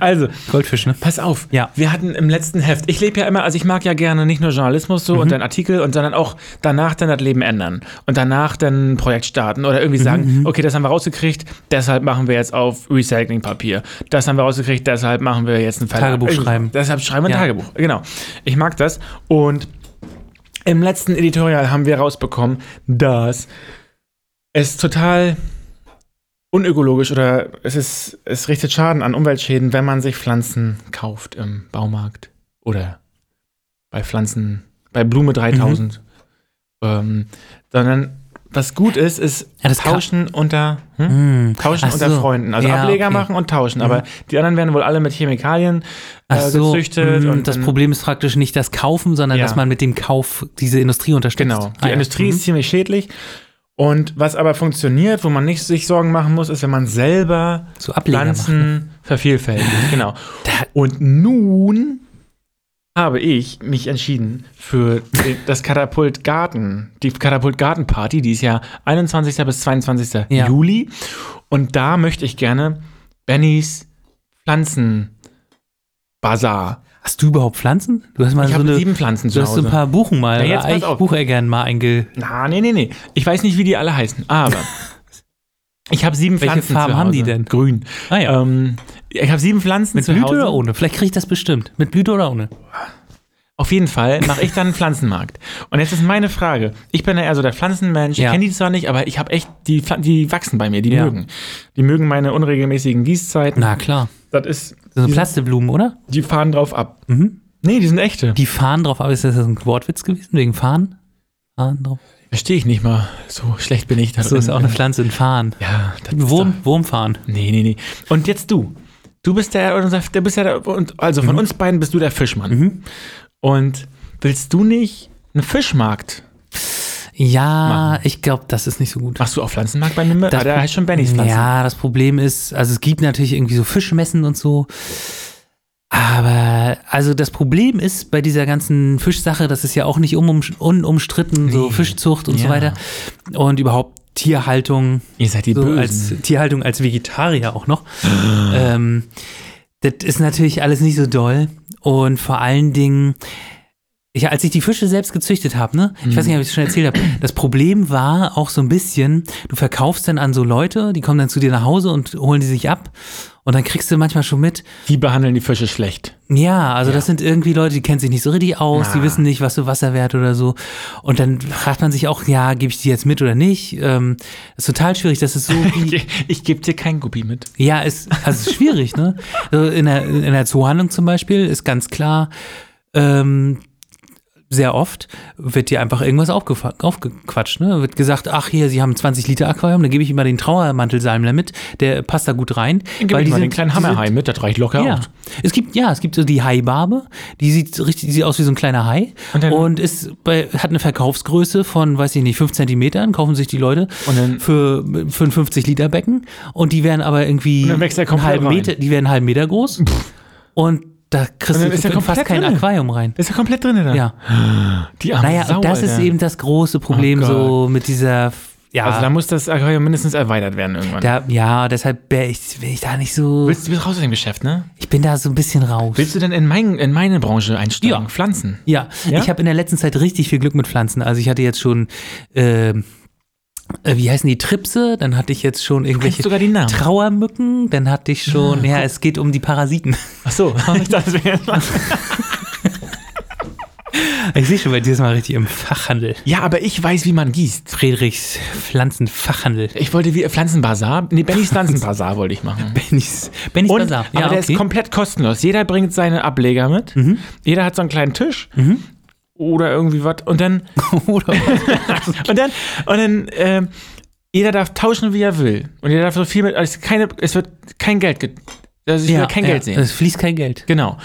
also,
Goldfisch, ne?
pass auf.
Ja.
Wir hatten im letzten Heft, ich lebe ja immer, also ich mag ja gerne nicht nur Journalismus so
Mhm.
und dann Artikel und sondern auch danach dann das Leben ändern und danach dann ein Projekt starten oder irgendwie
Mhm,
sagen, okay, das haben wir rausgekriegt, deshalb machen wir jetzt auf Recyclingpapier. Das haben wir rausgekriegt, deshalb machen wir jetzt ein Verlag.
Tagebuch
Irgendwie so.
schreiben.
Deshalb schreiben wir ein
Ja.
Tagebuch. Genau. Ich mag das und im letzten Editorial haben wir rausbekommen, dass es total unökologisch oder es ist, es richtet Schaden an Umweltschäden, wenn man sich Pflanzen kauft im Baumarkt oder bei Pflanzen, bei
Mhm.
Blume 3000. Ähm, sondern was gut ist, ist
Ja, das
Tauschen unter, hm?
Hm.
tauschen
Ach
unter
so.
Freunden. Also
Ja,
Ableger
okay. Mhm.
machen und tauschen. Aber die anderen werden wohl alle mit Chemikalien äh,
Ach so,
gezüchtet.
mh,
und
das
dann-
Problem ist praktisch nicht das Kaufen, sondern
Ja.
dass man mit dem Kauf diese Industrie unterstützt.
Genau. Die
Ah, ja.
Industrie
Mhm.
ist ziemlich schädlich. Und was aber funktioniert, wo man nicht sich Sorgen machen muss, ist, wenn man selber
so Ableger macht.
Pflanzen vervielfältigt. Genau. Und nun habe ich mich entschieden für den- das Katapult Garten, die Katapult Garten Party, die ist ja 21. bis 22.
Ja.
Juli. Und da möchte ich gerne Bennys Pflanzen Bazar.
Hast du überhaupt Pflanzen? Du hast mal
ich
so
habe
Also eine,
sieben Pflanzen
du
zu
hast so
Hause.
ein paar Buchen mal, Ah,
Na, jetzt pass auf.
Bucheggern mal einge...
Na, nee, nee, nee. Ich weiß nicht, wie die alle heißen, aber ich habe sieben
Welche
Pflanzen.
Farben
zu Hause.
haben die denn?
Grün.
Ah ja,
Ähm, ich habe sieben Pflanzen
mit
zu
Blüte
Hause.
oder ohne? Vielleicht kriege ich das bestimmt. Mit Blüte oder ohne?
Auf jeden Fall mache ich dann einen Pflanzenmarkt. Und jetzt ist meine Frage. Ich bin ja eher so der Pflanzenmensch. Ich
Ja.
kenne die zwar nicht, aber ich habe echt, die, Pflan- die wachsen bei mir, die
Ja.
mögen. Die mögen meine unregelmäßigen Gießzeiten.
Na klar.
Das ist,
So
die,
eine Plasteblumen, oder?
die fahren drauf ab.
Mhm.
Nee, die sind echte.
Die fahren drauf, aber ist das ein Wortwitz gewesen? Wegen Fahren? Fahren drauf.
Verstehe ich nicht mal. So schlecht bin ich da.
So ist
drin.
auch eine Pflanze ein Fahren.
Ja, das ist doch-
Wurm, Wurmfahren.
Nee, nee, nee. Und jetzt du. Du bist der, unser, der bist ja der, und also von uns beiden bist du der Fischmann.
Mhm.
Und willst du nicht einen Fischmarkt?
Ja, ich glaube, das ist nicht so gut.
Machst du auch Pflanzenmarkt bei mir?
Das-
Ah, da heißt schon Bennys Pflanzen.
Ja, das Problem ist, also es gibt natürlich irgendwie so Fischmessen und so. Aber, also das Problem ist bei dieser ganzen Fischsache, das ist ja auch nicht unum, unumstritten, so
Nee.
Fischzucht und so
Ja.
weiter. Und überhaupt Tierhaltung,
Ihr seid die
so
Bösen.
als Tierhaltung als Vegetarier auch noch. ähm, das ist natürlich alles nicht so doll. Und vor allen Dingen, ich, als ich die Fische selbst gezüchtet habe, ne, ich weiß
Mhm.
nicht, ob ich es schon erzählt habe, das Problem war auch so ein bisschen, du verkaufst dann an so Leute, die kommen dann zu dir nach Hause und holen die sich ab. Und dann kriegst du manchmal schon mit,
die behandeln die Fische schlecht.
ja, also das sind irgendwie Leute, die kennen sich nicht so richtig aus, die
Na.
wissen nicht, was so Wasserwert oder so. Und dann fragt man sich auch, ja, gebe ich die jetzt mit oder nicht? Ähm, ist total schwierig, das ist so wie,
Ich, ich gebe dir kein Guppi mit.
ja, ist, also es ist schwierig, ne? Also in, der, in der Zoohandlung zum Beispiel ist ganz klar, ähm, sehr oft wird dir einfach irgendwas aufgefa- aufgequatscht, ne? Wird gesagt, ach hier, sie haben ein 20 Liter Aquarium, dann gebe ich ihm mal den Trauermantelsalmler mit, der passt da gut rein.
Gib ich mal
die
den
sind-
kleinen
die sind-
Hammerhai mit, das reicht locker
ja.
aus.
Es gibt, ja, es gibt so die Haibarbe, die sieht richtig, die sieht aus wie so ein kleiner Hai
Und
und,
dann-
ist bei, hat eine Verkaufsgröße von, weiß ich nicht, 5 Zentimetern, kaufen sich die Leute
Und dann-
für, für ein 50 Liter Becken und die werden aber irgendwie
Und dann wächst der
einen
komplett
halben
rein.
Meter, die werden einen halben Meter groß und da kriegst
Und
du
dann ist der
in fast
komplett
kein
drinne.
Aquarium rein.
Ist ja komplett drin da.
Ja.
Die arme
Naja,
Sau,
und das ist
Alter.
eben das große Problem
Oh
so mit dieser, ja,
Also da muss das Aquarium mindestens erweitert werden irgendwann.
da, ja, deshalb bin ich, bin ich da nicht so,
Willst, du bist raus aus dem Geschäft, ne?
ich bin da so ein bisschen raus.
Willst du denn in, mein, in meine Branche einsteigen?
Ja.
Pflanzen.
Ja,
Ja?
ich habe in der letzten Zeit richtig viel Glück mit Pflanzen. Also ich hatte jetzt schon, ähm, äh, wie heißen die, Tripse, dann hatte ich jetzt schon
Kennst
irgendwelche
sogar die Namen. Ah,
Trauermücken, dann hatte ich schon, ja, es geht um die Parasiten.
Ach so, ich dachte, das wäre
Ich sehe schon bei dir ist mal richtig im Fachhandel.
Ja, aber ich weiß, wie man gießt.
Friedrichs Pflanzenfachhandel.
Ich wollte wie Pflanzenbazar, nee, Bennys Pflanzenbazar wollte ich machen.
Bennys, Bennys
Und,
Bazar.
aber der ist komplett kostenlos. Jeder bringt seine Ableger mit. Jeder hat so einen kleinen Tisch oder irgendwie was. Und dann,
Oder
und dann, und dann, ähm, jeder darf tauschen, wie er will. Und jeder darf so viel mit. Es, ist keine, es wird kein Geld. Ge also ich will kein Geld sehen.
Es fließt kein Geld.
Genau.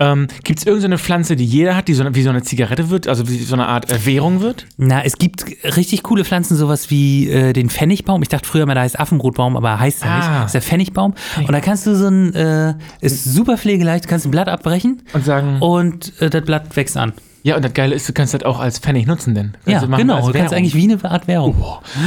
Ähm, Gibt es irgendeine Pflanze, die jeder hat, die so, eine- wie so eine Zigarette wird, also wie so eine Art äh, Währung wird?
Na, es gibt richtig coole Pflanzen, sowas wie äh, den Pfennigbaum. Ich dachte früher mal, da heißt Affenrotbaum, aber heißt er
Ah. Hm.
nicht. Ist der Pfennigbaum. Und da kannst du so ein, äh, ist super pflegeleicht, du kannst ein Blatt abbrechen
Und sagen.
und äh, das Blatt wächst an.
Ja, und das Geile ist, du kannst das auch als Pfennig nutzen, denn. Kannst
Ja,
du Also machen
genau.
als
Du kannst
Währung.
eigentlich wie eine Art Währung.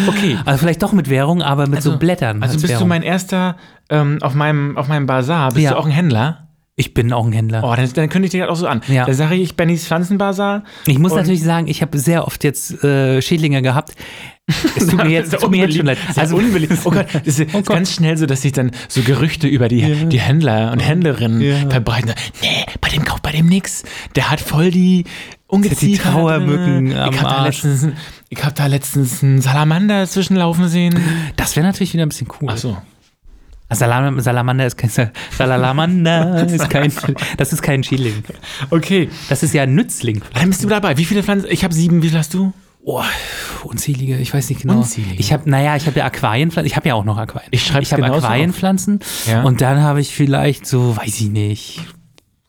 Okay.
Also vielleicht doch mit Währung, aber mit so Blättern.
Also
als
bist du
Währung.
mein erster ähm, auf meinem auf meinem Bazar. Bist
Ja.
du auch ein Händler?
Ich bin auch ein Händler.
Oh, dann, dann kündige ich dir das auch so an.
Ja.
Da sage ich Bennys Pflanzenbazar.
Ich muss
Und-
natürlich sagen, ich habe sehr oft jetzt äh, Schädlinge gehabt. Es tut mir jetzt,
Sehr
tut mir jetzt schon leid. Also,
unbeliebt. Sehr unbeliebt. Oh Gott, das ist
Oh Gott.
ganz schnell so, dass sich dann so Gerüchte über die, die Händler und Händlerinnen verbreiten. Nee, bei dem kauft bei dem nix. Der hat voll die Ungeziefer.
Die Trauermücken
drin.
am
ich habe da,
Arsch.
letztens- ich hab da letztens einen Salamander zwischenlaufen sehen.
das wäre natürlich wieder ein bisschen cool.
Ach so.
Salam, Salamander ist kein Salamander ist kein das ist kein Schädling.
Okay,
Das ist ja ein Nützling.
dann bist du dabei. Wie viele Pflanzen? Ich habe sieben. Wie viel hast du?
Oh, unzählige, ich weiß nicht genau.
Unzählige.
Ich habe naja, ich habe ja Aquarienpflanzen, ich habe ja auch noch Aquarien.
Ich schreib's
ich habe
genauso auf.
Aquarienpflanzen
Ja.
und dann habe ich vielleicht so, weiß ich nicht,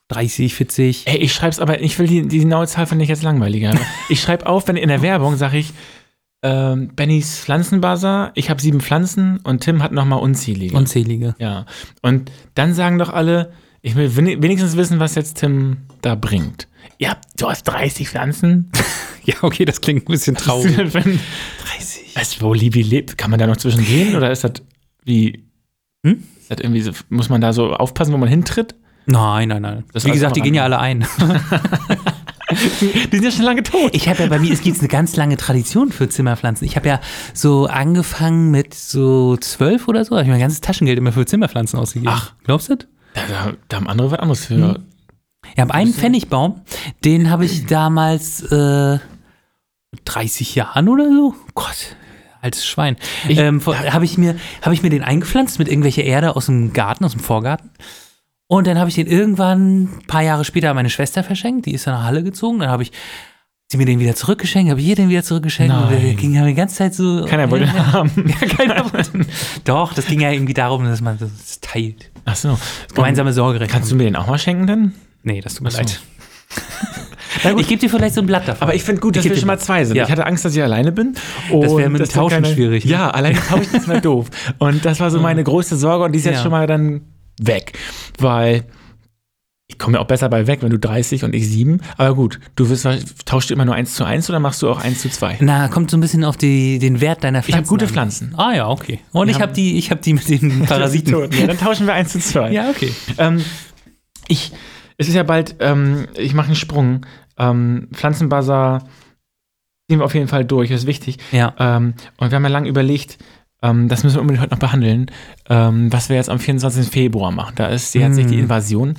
30, 40.
Ey, ich schreib's aber, ich will die, die genaue Zahl finde ich jetzt langweiliger. ich schreibe auf, wenn in der Werbung sage ich, ähm, Bennys Pflanzenbazar, ich habe sieben Pflanzen und Tim hat nochmal unzählige.
Unzählige.
ja. Und dann sagen doch alle, ich will wen- wenigstens wissen, was jetzt Tim da bringt. Ja, du hast 30 Pflanzen.
Ja, okay, das klingt ein bisschen
Wenn-
30.
Was, wo Libi lebt, kann man da noch zwischengehen oder ist das wie.
Hm?
Ist das irgendwie so, muss man da so aufpassen, wo man hintritt?
Nein, nein, nein.
Das
Wie
weiß
gesagt,
man
die gehen ja
dann.
alle ein.
Die sind ja schon lange tot.
Ich habe ja bei mir, es gibt eine ganz lange Tradition für Zimmerpflanzen. Ich habe ja so angefangen mit so zwölf oder so, habe ich mein ganzes Taschengeld immer für Zimmerpflanzen ausgegeben.
Ach.
glaubst du? das?
Da, da, da haben andere was anderes
Hm?
für.
Ich habe einen Pfennigbaum, den habe ich damals äh, 30 Jahren oder so. Gott, altes Schwein.
Ich-
ähm, vor- habe ich mir, habe ich mir den eingepflanzt mit irgendwelcher Erde aus dem Garten, aus dem Vorgarten. Und dann habe ich den irgendwann ein paar Jahre später an meine Schwester verschenkt. Die ist dann nach Halle gezogen. Dann habe ich sie mir den wieder zurückgeschenkt, habe ich ihr den wieder zurückgeschenkt. Und wir
Nein.
gingen haben die ganze Zeit so.
Keiner wollte
Ja,
haben.
ja, keiner wollte. Doch, das ging ja irgendwie darum, dass man das teilt.
Ach so.
Gemeinsame Sorgerecht.
Kannst du mir den auch mal schenken dann?
Nee, das tut mir
Ach so.
leid. Ich gebe dir vielleicht so ein Blatt davon.
Aber ich finde gut, dass
geb
wir
dir
schon mal
was.
zwei sind.
Ja.
Ich hatte Angst, dass ich alleine bin.
Das wär
Und
mit dem
dass
Tauschen
dann
schwierig, ne?
Ja, alleine tauschen ist mal doof. Und das war so meine große Sorge und die ist jetzt
Ja.
schon mal dann weg. Weil ich komme ja auch besser bei weg, wenn du 30 und ich 7. Aber gut, du wirst, tauschst du immer nur 1 zu 1 oder machst du auch 1 zu 2?
Na, kommt so ein bisschen auf die, den Wert deiner
Ich
Pflanzen.
habe gute
an.
Pflanzen.
Ah ja, okay. Und ich
haben-
habe die, ich habe die mit den Parasiten.
Ja, dann tauschen wir 1 zu 2.
ja, okay.
Ähm, ich, es ist ja bald, ähm, ich mache einen Sprung. Ähm, Pflanzenbazar ziehen wir auf jeden Fall durch, das ist wichtig.
Ja.
Ähm, und wir haben ja lange überlegt, ähm, das müssen wir unbedingt heute noch behandeln, ähm, was wir jetzt am 24. Februar machen. Da ist jetzt sich die
Mm.
Invasion.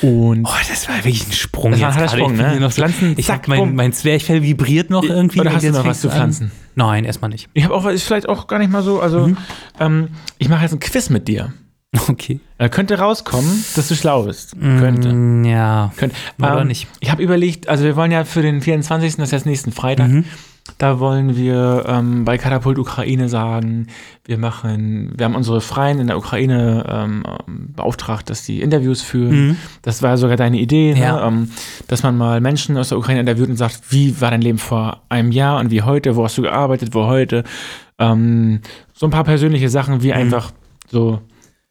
Und
Oh, das war wirklich ein Sprung
Das war ein
jetzt
harter
gerade.
Sprung,
ich bin
ne?
hier noch so,
Pflanzen,
ich
zack,
hab mein,
bumm.
mein Zwerchfell vibriert noch irgendwie.
oder
und
hast du
jetzt
noch was
fängst
zu
an.
pflanzen?
Nein, erstmal nicht.
Ich habe auch, ist vielleicht auch gar nicht mal so, also ähm, ich mache jetzt ein Quiz mit dir.
Okay.
Äh, könnte rauskommen, dass du schlau bist. Könnte.
Mm, Ja.
Könnt,
Oder nicht.
Ähm, Ich habe überlegt, also wir wollen ja für den 24., das ist jetzt nächsten Freitag,
Mhm.
da wollen wir ähm, bei Katapult Ukraine sagen, wir machen, wir haben unsere Freien in der Ukraine ähm, ähm, beauftragt, dass die Interviews führen.
Mhm.
Das war sogar deine Idee,
Ja.
ne? ähm, dass man mal Menschen aus der Ukraine interviewt und sagt, wie war dein Leben vor einem Jahr und wie heute, wo hast du gearbeitet, wo heute. Ähm, so ein paar persönliche Sachen, wie einfach so.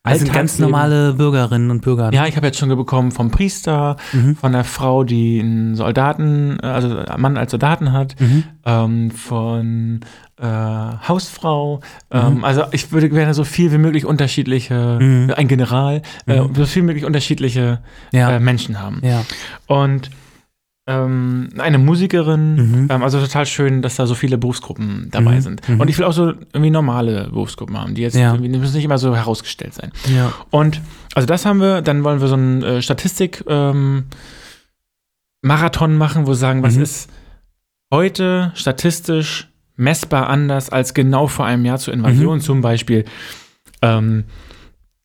Das sind Mhm. Also ganz
Alltagsleben.
normale Bürgerinnen und Bürger.
Ja, ich habe jetzt schon bekommen vom Priester,
Mhm.
von einer Frau, die einen Soldaten, äh, also einen Mann als Soldaten hat,
Mhm.
ähm, von äh, Hausfrau. Ähm, also ich würde gerne so viel wie möglich unterschiedliche,
Mhm.
ein General,
Mhm.
äh, so viel wie möglich unterschiedliche
Ja.
äh, Menschen haben.
ja.
Und ähm, eine Musikerin,
Mhm.
ähm, also total schön, dass da so viele Berufsgruppen dabei
Mhm.
sind.
Mhm.
Und ich will auch so irgendwie normale Berufsgruppen haben, die jetzt
Ja.
irgendwie, die müssen nicht immer so herausgestellt sein.
ja.
Und also das haben wir, dann wollen wir so eine äh, Statistik ähm, Marathon machen, wo sagen, was
Mhm.
ist heute statistisch messbar anders als genau vor einem Jahr zur Invasion?
Mhm.
Zum Beispiel, ähm,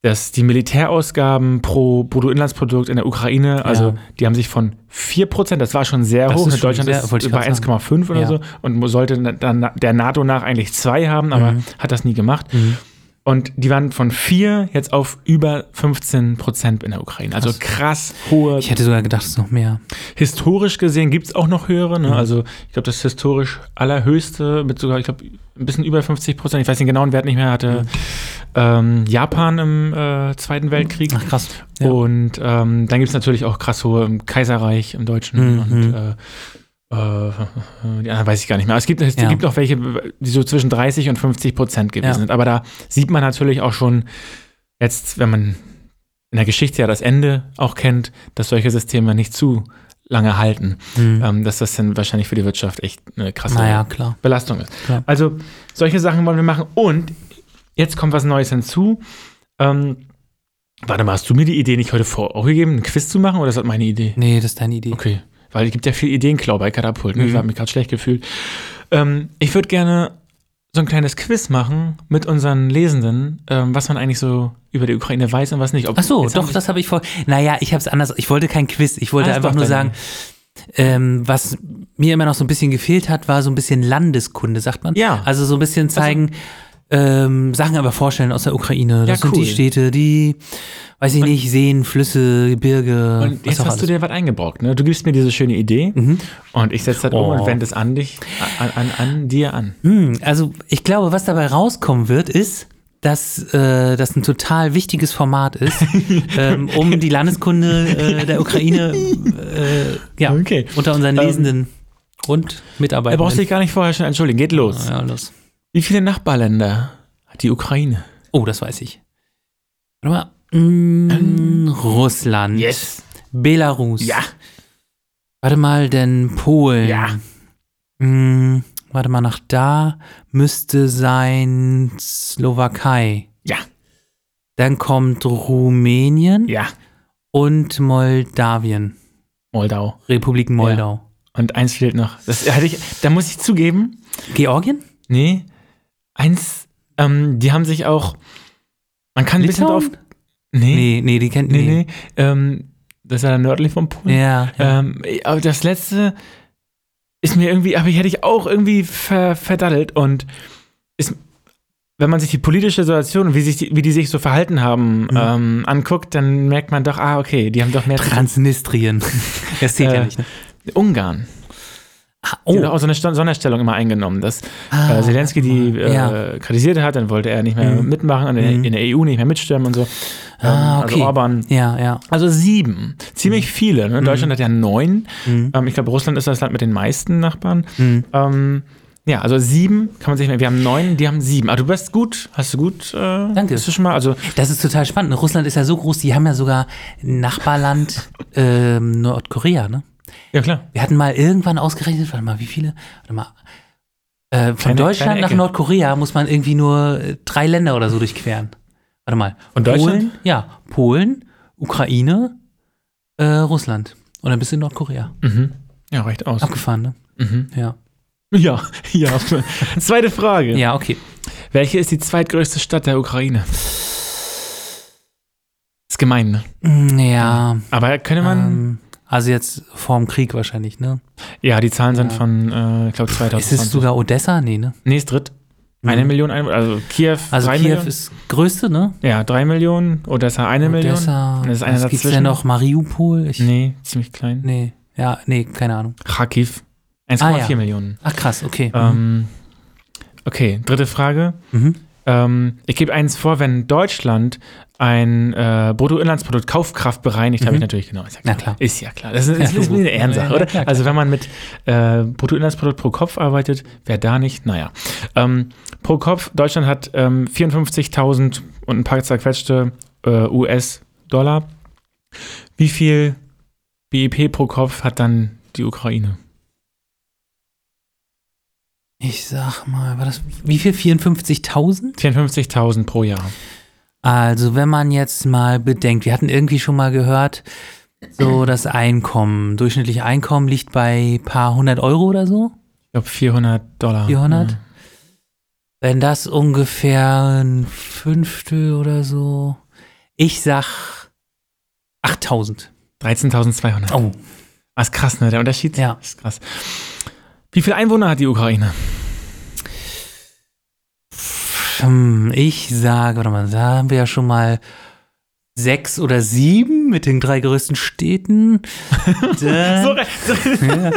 dass die Militärausgaben pro Bruttoinlandsprodukt in der Ukraine, also die haben sich von 4%, das war schon sehr
Das
hoch,
ist
in
schon
Deutschland
sehr-
ist
wollte ich
bei
grad sagen.
1,5 oder
Ja.
so und sollte dann der NATO nach eigentlich 2 haben, aber
Mhm.
hat das nie gemacht.
Mhm.
Und die waren von 4 jetzt auf über 15% in der Ukraine. Also krass hohe
Ich hätte sogar gedacht, es ist noch mehr.
Historisch gesehen gibt es auch noch höhere. Ne? Also ich glaube, das historisch allerhöchste mit sogar, ich glaube, ein bisschen über 50 Prozent, ich weiß den genauen Wert nicht mehr, hatte ähm, Japan im äh, Zweiten Weltkrieg.
Ach, krass. Ja.
Und ähm, dann gibt es natürlich auch krass hohe im Kaiserreich, im Deutschen
Mhm.
und äh, äh, die anderen weiß ich gar nicht mehr. Aber es gibt, es
Ja.
gibt auch welche, die so zwischen 30 und 50 Prozent gewesen
Ja.
sind. Aber da sieht man natürlich auch schon jetzt, wenn man in der Geschichte ja das Ende auch kennt, dass solche Systeme nicht zu lange halten.
Mhm.
Ähm, dass das dann wahrscheinlich für die Wirtschaft echt eine krasse
Naja, klar.
Belastung ist.
Klar.
Also solche Sachen wollen wir machen. Und jetzt kommt was Neues hinzu. Ähm, warte mal, hast du mir die Idee nicht heute vor auch gegeben, einen Quiz zu machen oder ist das meine Idee?
Nee, das ist deine Idee.
Okay. Weil es gibt ja viel Ideenklau bei Katapult. Ne? Ich
Mhm.
habe mich gerade schlecht gefühlt. Ähm, ich würde gerne so ein kleines Quiz machen mit unseren Lesenden, ähm, was man eigentlich so über die Ukraine weiß und was nicht. Ob-
Ach so,
jetzt haben
doch,
wir-
das habe ich vor. Naja, ich habe es anders. Ich wollte kein Quiz. Ich wollte
Ah, ist
einfach
doch
nur sagen,
deine
ähm, was mir immer noch so ein bisschen gefehlt hat, war so ein bisschen Landeskunde, sagt man.
Ja.
Also so ein bisschen zeigen, ähm, Sachen aber vorstellen aus der Ukraine. Das sind
cool.
die Städte, die, weiß ich nicht, Seen, Flüsse, Gebirge.
Und
was
jetzt
auch
hast
alles.
du
Mhm.
dir was eingebrockt. Ne? Du gibst mir diese schöne Idee und ich setze das um
Oh.
und wende es an dich, an, an, an dir an.
Hm, also ich glaube, was dabei rauskommen wird, ist, dass äh, das ein total wichtiges Format ist, ähm, um die Landeskunde äh, der Ukraine äh, ja,
Okay. Ähm,
unter unseren Lesenden und
Da brauchst du
Mitarbeitern.
dich gar nicht vorher schon entschuldigen. Geht los.
Ja, los.
Wie viele Nachbarländer hat die Ukraine?
Oh, das weiß ich. Warte mal. Mm, Russland. Belarus.
Ähm, Ja.
Warte mal, denn Polen.
Ja.
Mm, warte mal, nach da müsste sein Slowakei.
Ja.
Dann kommt Rumänien
Ja.
und Moldawien.
Moldau.
Republik Moldau.
Und eins fehlt noch. Das hatte ich, da muss ich zugeben,
Georgien?
Nee. Eins, ähm, die haben sich auch. Man kann ein bisschen drauf. Nee,
Nee, nee, die kennt
nee, nee.
nee.
Ähm, das war dann nördlich vom Polen.
Ja. ja.
Ähm, aber das letzte ist mir irgendwie, aber ich hätte ich auch irgendwie ver, verdaddelt und ist, wenn man sich die politische Situation und wie, sich die, wie die sich so verhalten haben
Mhm.
ähm, anguckt, dann merkt man doch, ah, okay, die haben doch mehr.
Transnistrien. Das zählt
Äh,
ja nicht. Ne?
Ungarn.
Ah,
Die haben doch auch so eine Sta- Sonderstellung immer eingenommen, dass äh, Zelensky die äh,
ja.
kritisiert hat, dann wollte er nicht mehr
Mhm.
mitmachen, und in,
Mhm.
in der EU nicht mehr mitstimmen und so. Ähm,
Ah, okay.
Also Orban.
Ja, ja.
Also sieben. Ziemlich viele. Ne? Deutschland hat ja neun.
Mhm.
Ähm, ich glaube, Russland ist das Land mit den meisten Nachbarn.
Mhm.
Ähm, ja, also sieben kann man sich merken. Wir haben neun, die haben sieben. Aber du bist gut. Hast du gut? Äh, Danke. Bist du schon mal? Also
Das ist total spannend. ne? Russland ist ja so groß, die haben ja sogar ein Nachbarland ähm, Nordkorea, ne?
ja klar.
Wir hatten mal irgendwann ausgerechnet, warte mal, wie viele? Warte mal. Äh, von
Kleine-
Deutschland
kleine
nach
Ecke.
Nordkorea muss man irgendwie nur äh, drei Länder oder so durchqueren. Warte mal.
Von Deutschland?
Polen, ja, Polen, Ukraine, äh, Russland. Und dann bist du in Nordkorea.
Mhm. Ja, reicht aus.
Abgefahren, ne?
Mhm.
Ja.
Ja, ja. Zweite Frage.
Ja, okay.
Welche ist die zweitgrößte Stadt der Ukraine? Ist gemein, ne?
Mm, Ja.
Aber könnte man.
Ähm, also jetzt vorm Krieg wahrscheinlich, ne?
Ja, die Zahlen sind
Ja.
von, äh, ich glaube, 2020.
Ist es sogar Odessa? Nee, ne?
nee, ist dritt. Eine
Mhm.
Million Einwohner, also Kiew,
Also
drei
Kiew
Millionen.
ist größte, ne?
ja, drei Millionen. Odessa eine
Odessa.
Million. Das ist einer
Was gibt's
dazwischen.
denn noch? Mariupol? Ich, nee.
Nee, ziemlich klein.
Ja, nee, keine Ahnung.
Kharkiv, 1,4
Ah, ja. Mhm.
Millionen.
Ach krass, okay.
Ähm, okay, dritte Frage.
Mhm.
Ähm, ich gebe eins vor, wenn Deutschland ein äh, Bruttoinlandsprodukt Kaufkraft bereinigt, habe ich natürlich genau. Ist ja
Mhm. Na klar.
Ist ja klar. Das ist, ist,
Ja,
ist
du-
eine
ja,
Ehrensache,
ja,
oder?
klar, klar.
Also wenn man mit äh, Bruttoinlandsprodukt pro Kopf arbeitet, wer da nicht, naja. Ähm, pro Kopf, Deutschland hat ähm, 54.000 und ein paar zerquetschte äh, US-Dollar. Wie viel BIP pro Kopf hat dann die Ukraine?
Ich sag mal, war das wie viel? 54.000?
54.000 pro Jahr.
Also, wenn man jetzt mal bedenkt, wir hatten irgendwie schon mal gehört, So, das Einkommen, durchschnittliche Einkommen liegt bei paar hundert Euro oder so,
Ich glaube 400 Dollar.
400.
Ja.
Wenn das ungefähr ein Fünftel oder so, ich sag 8000.
13.200.
Oh,
Ah, ist krass, ne? Der Unterschied
Ja.
ist krass. Wie viele Einwohner hat die Ukraine?
Hm, Ich sage, warte mal, da haben wir ja schon mal sechs oder sieben mit den drei größten Städten. Dann,
So recht.
ja,